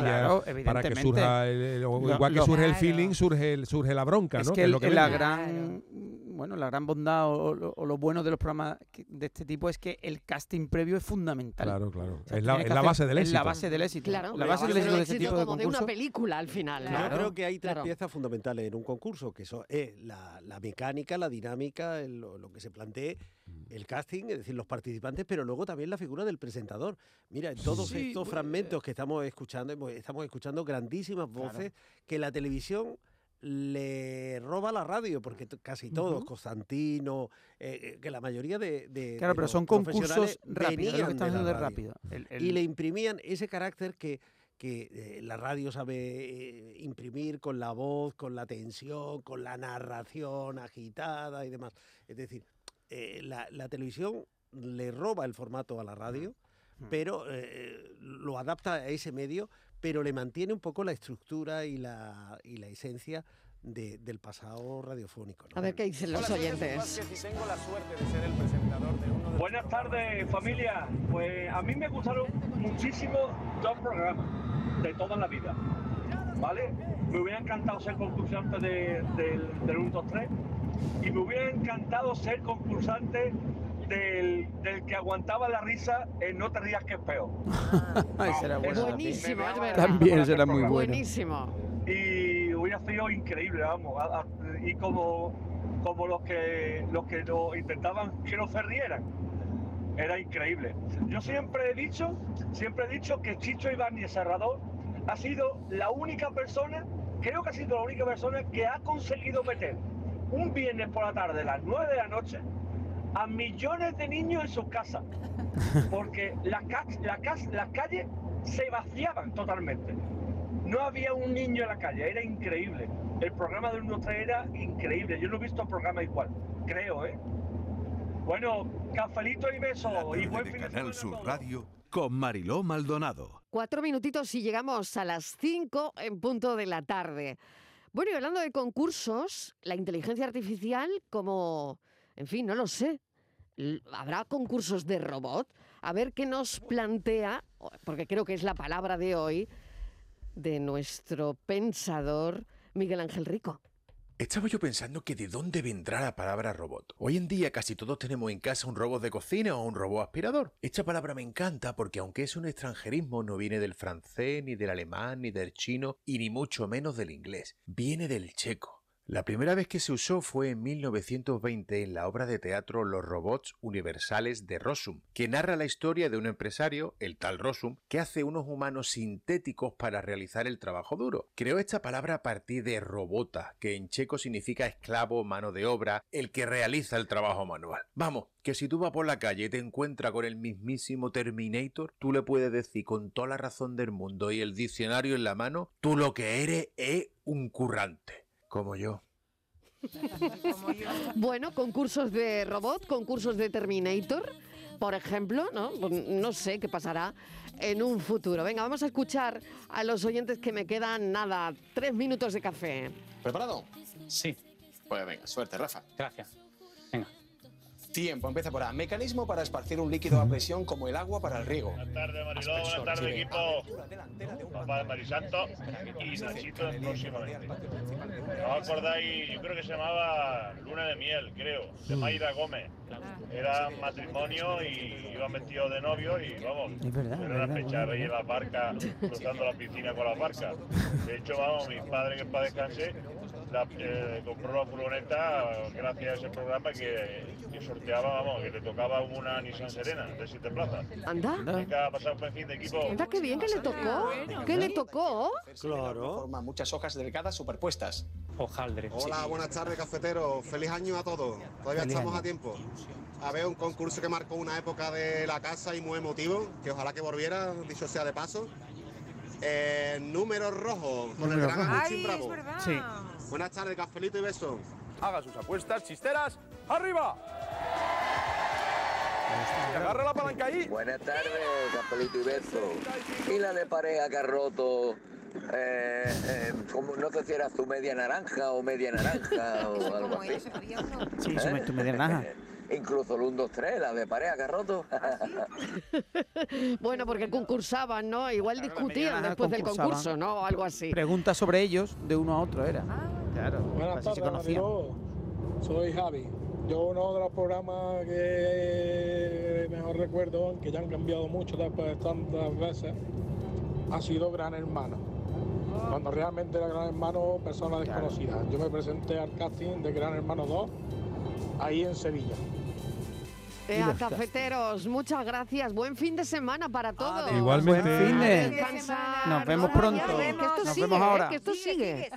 [SPEAKER 4] ellas, para que
[SPEAKER 7] evidentemente.
[SPEAKER 4] surja. el- el- o
[SPEAKER 7] Lo-
[SPEAKER 4] igual que
[SPEAKER 7] lo-
[SPEAKER 4] surge el
[SPEAKER 7] Claro.
[SPEAKER 4] feeling, surge, el- surge la bronca,
[SPEAKER 7] Es
[SPEAKER 4] ¿no?
[SPEAKER 7] que,
[SPEAKER 4] es
[SPEAKER 7] el-
[SPEAKER 4] lo que
[SPEAKER 7] la
[SPEAKER 4] vende.
[SPEAKER 7] gran bueno, la gran bondad o, o lo- o lo bueno de los programas que- de este tipo es que el casting previo es fundamental.
[SPEAKER 4] Claro, claro.
[SPEAKER 7] O sea,
[SPEAKER 4] Es
[SPEAKER 7] tú
[SPEAKER 4] la-
[SPEAKER 7] tienes
[SPEAKER 4] es
[SPEAKER 7] que
[SPEAKER 4] la
[SPEAKER 7] hacer-
[SPEAKER 4] base del
[SPEAKER 7] Es la
[SPEAKER 4] éxito.
[SPEAKER 7] base del éxito.
[SPEAKER 1] Claro,
[SPEAKER 7] la base del éxito de este tipo de
[SPEAKER 1] como de una
[SPEAKER 7] concursos.
[SPEAKER 1] película al final.
[SPEAKER 6] Yo creo que hay tres
[SPEAKER 1] Claro.
[SPEAKER 6] piezas fundamentales en un concurso, que son eh, la, la mecánica, la dinámica, el- lo, lo que se plantee,
[SPEAKER 7] Mm.
[SPEAKER 6] el casting, es decir, los participantes, pero luego también la figura del presentador. Mira, en todos
[SPEAKER 7] Sí,
[SPEAKER 6] estos
[SPEAKER 7] bueno,
[SPEAKER 1] eh,
[SPEAKER 6] fragmentos que estamos escuchando, hemos- estamos escuchando grandísimas voces que la televisión le roba a la radio, porque t- casi todos,
[SPEAKER 7] Ujú.
[SPEAKER 6] Constantino, eh, eh, que la mayoría de... de-
[SPEAKER 7] Claro,
[SPEAKER 6] de
[SPEAKER 7] pero
[SPEAKER 6] los
[SPEAKER 7] son concursos
[SPEAKER 6] profesionales
[SPEAKER 7] rápidos, es lo que estás
[SPEAKER 6] venían de la
[SPEAKER 7] hablando de
[SPEAKER 6] radio.
[SPEAKER 7] rápido. El-
[SPEAKER 6] Y
[SPEAKER 7] el-
[SPEAKER 6] le imprimían ese carácter que, que eh, la radio sabe eh, imprimir con la voz, con la tensión, con la narración agitada y demás. Es decir, eh, la, la televisión le roba el formato a la radio, pero eh, lo adapta a ese medio, pero le mantiene un poco la estructura y la, y la esencia de- del pasado radiofónico.
[SPEAKER 1] A ver qué dicen los oyentes.
[SPEAKER 9] tengo la suerte de ser el presentador de uno Buenas tardes, familia. Pues a mí me gustaron muchísimo dos programas de toda la vida. ¿Vale? Me hubiera encantado ser concursante de- del, del 1, 2, 3 y me hubiera encantado ser concursante del, del que aguantaba la risa en No te rías que es peor.
[SPEAKER 7] Ay, será bueno.
[SPEAKER 1] Buenísimo, es verdad.
[SPEAKER 7] También será muy bueno.
[SPEAKER 1] Buenísimo.
[SPEAKER 9] y hubiera sido increíble, vamos. a- a- y como, como los que los que lo intentaban que no se rieran. Era increíble. Yo siempre he dicho, siempre he dicho que Chicho Iván y Serrador ha sido la única persona, creo que ha sido la única persona que ha conseguido meter un viernes por la tarde a las 9 de la noche a millones de niños en sus casas. Porque las ca- la cas- las calles se vaciaban totalmente. No había un niño en la calle, era increíble. El programa de 1 era increíble. Yo no he visto programa igual, creo, ¿eh? Bueno, cafelito y beso. Y buen fin de semana.
[SPEAKER 21] Canal Sur Radio con Mariló Maldonado.
[SPEAKER 1] Cuatro minutitos y llegamos a las cinco en punto de la tarde. Bueno, y hablando de concursos, la inteligencia artificial como, en fin, no lo sé. L- ¿Habrá concursos de robot? A ver qué nos plantea, o- porque creo que es la palabra de hoy, de nuestro pensador Miguel Ángel Rico.
[SPEAKER 12] Estaba yo pensando que de dónde vendrá la palabra robot. Hoy en día casi todos tenemos en casa un robot de cocina o un robot aspirador. Esta palabra me encanta porque aunque es un extranjerismo no viene del francés, ni del alemán, ni del chino y ni mucho menos del inglés. Viene del checo. La primera vez que se usó fue en 1920 en la obra de teatro Los robots universales de Rossum, que narra la historia de un empresario, el tal Rossum, que hace unos humanos sintéticos para realizar el trabajo duro. Creó esta palabra a partir de robota, que en checo significa esclavo, mano de obra, el que realiza el trabajo manual. Vamos, que si tú vas por la calle y te encuentras con el mismísimo Terminator, tú le puedes decir con toda la razón del mundo y el diccionario en la mano, tú lo que eres es un currante, como yo.
[SPEAKER 1] Bueno, concursos de robot, concursos de Terminator, por ejemplo, ¿no? Pues No sé qué pasará en un futuro. Venga, vamos a escuchar a los oyentes que me quedan nada, tres minutos de café.
[SPEAKER 18] ¿Preparado? Sí. Pues venga, suerte, Rafa. Gracias.
[SPEAKER 22] Venga.
[SPEAKER 18] Tiempo, empieza por A. Mecanismo para esparcir un líquido a presión como el agua para el riego.
[SPEAKER 13] Buenas tardes, Mariló. Buenas tardes, equipo. Papá de Marisanto y Nachito próximamente. ¿No os acordáis? Yo creo que se llamaba Luna de Miel, creo, de Mayra Gómez. Era matrimonio y iba metido de novio y vamos.
[SPEAKER 7] Es verdad,
[SPEAKER 13] Era
[SPEAKER 7] es
[SPEAKER 13] una
[SPEAKER 7] verdad,
[SPEAKER 13] fecha
[SPEAKER 7] es
[SPEAKER 13] rey en
[SPEAKER 7] verdad.
[SPEAKER 13] la barca, cruzando la piscina con la barca. De hecho, vamos, mi padre que para descanse la- eh, compró la furgoneta gracias a ese programa que, que sorteaba, vamos, que le tocaba una Nissan Serena de siete plazas.
[SPEAKER 1] Anda.
[SPEAKER 13] Venga, pasar buen fin de equipo.
[SPEAKER 1] Anda, qué bien que le tocó. ¿Qué le tocó? *laughs*
[SPEAKER 13] Claro.
[SPEAKER 18] Forma muchas hojas delgadas superpuestas. Hojaldre.
[SPEAKER 14] Hola, buenas tardes, cafetero. Feliz año a todos. Todavía
[SPEAKER 18] Feliz
[SPEAKER 14] estamos
[SPEAKER 18] año.
[SPEAKER 14] a tiempo. A ver, un concurso que marcó una época de la casa y muy emotivo, que ojalá que volviera, dicho sea de paso.
[SPEAKER 22] Eh, número rojo, con el
[SPEAKER 16] Número
[SPEAKER 22] gran
[SPEAKER 16] rojo.
[SPEAKER 22] Agustín
[SPEAKER 16] Ay,
[SPEAKER 22] Bravo.
[SPEAKER 16] es verdad. Sí.
[SPEAKER 22] Buenas tardes, Cafelito y Beso.
[SPEAKER 16] Haga sus apuestas, chisteras, arriba. Y Agarra la palanca ahí.
[SPEAKER 18] Buenas tardes, Capelito y Beto. Y la de pareja que ha roto, eh, eh, como, no sé si era su media naranja o media naranja o algo así. ¿Eh?
[SPEAKER 7] Sí, eso me, tú me de naranja.
[SPEAKER 18] Incluso el 1, 2, 3, la de pareja que ha roto. *laughs*
[SPEAKER 1] Bueno, porque concursaban, ¿no? Igual discutían
[SPEAKER 7] Ajá,
[SPEAKER 1] después del
[SPEAKER 7] concursaban.
[SPEAKER 1] concurso, ¿no? O algo así.
[SPEAKER 7] Preguntas sobre ellos de uno a otro era. Claro,
[SPEAKER 28] Buenas
[SPEAKER 7] así se
[SPEAKER 28] tardes,
[SPEAKER 7] conocían.
[SPEAKER 28] Mariló. Soy Javi. Yo uno de los programas que mejor recuerdo, aunque ya han cambiado mucho después de tantas veces, ha sido Gran Hermano. Cuando realmente era Gran Hermano, persona desconocida. Yo me presenté al casting de Gran Hermano 2, ahí en Sevilla.
[SPEAKER 1] Eh, a cafeteros, muchas gracias. Buen fin de semana para todos.
[SPEAKER 29] Igualmente.
[SPEAKER 7] Buen fin de.
[SPEAKER 1] Descansar.
[SPEAKER 7] Nos vemos
[SPEAKER 1] Ahora ya,
[SPEAKER 7] pronto.
[SPEAKER 1] eh, que esto
[SPEAKER 7] Nos
[SPEAKER 1] sigue,
[SPEAKER 7] vemos
[SPEAKER 1] eh,
[SPEAKER 7] ahora.
[SPEAKER 1] que esto sigue.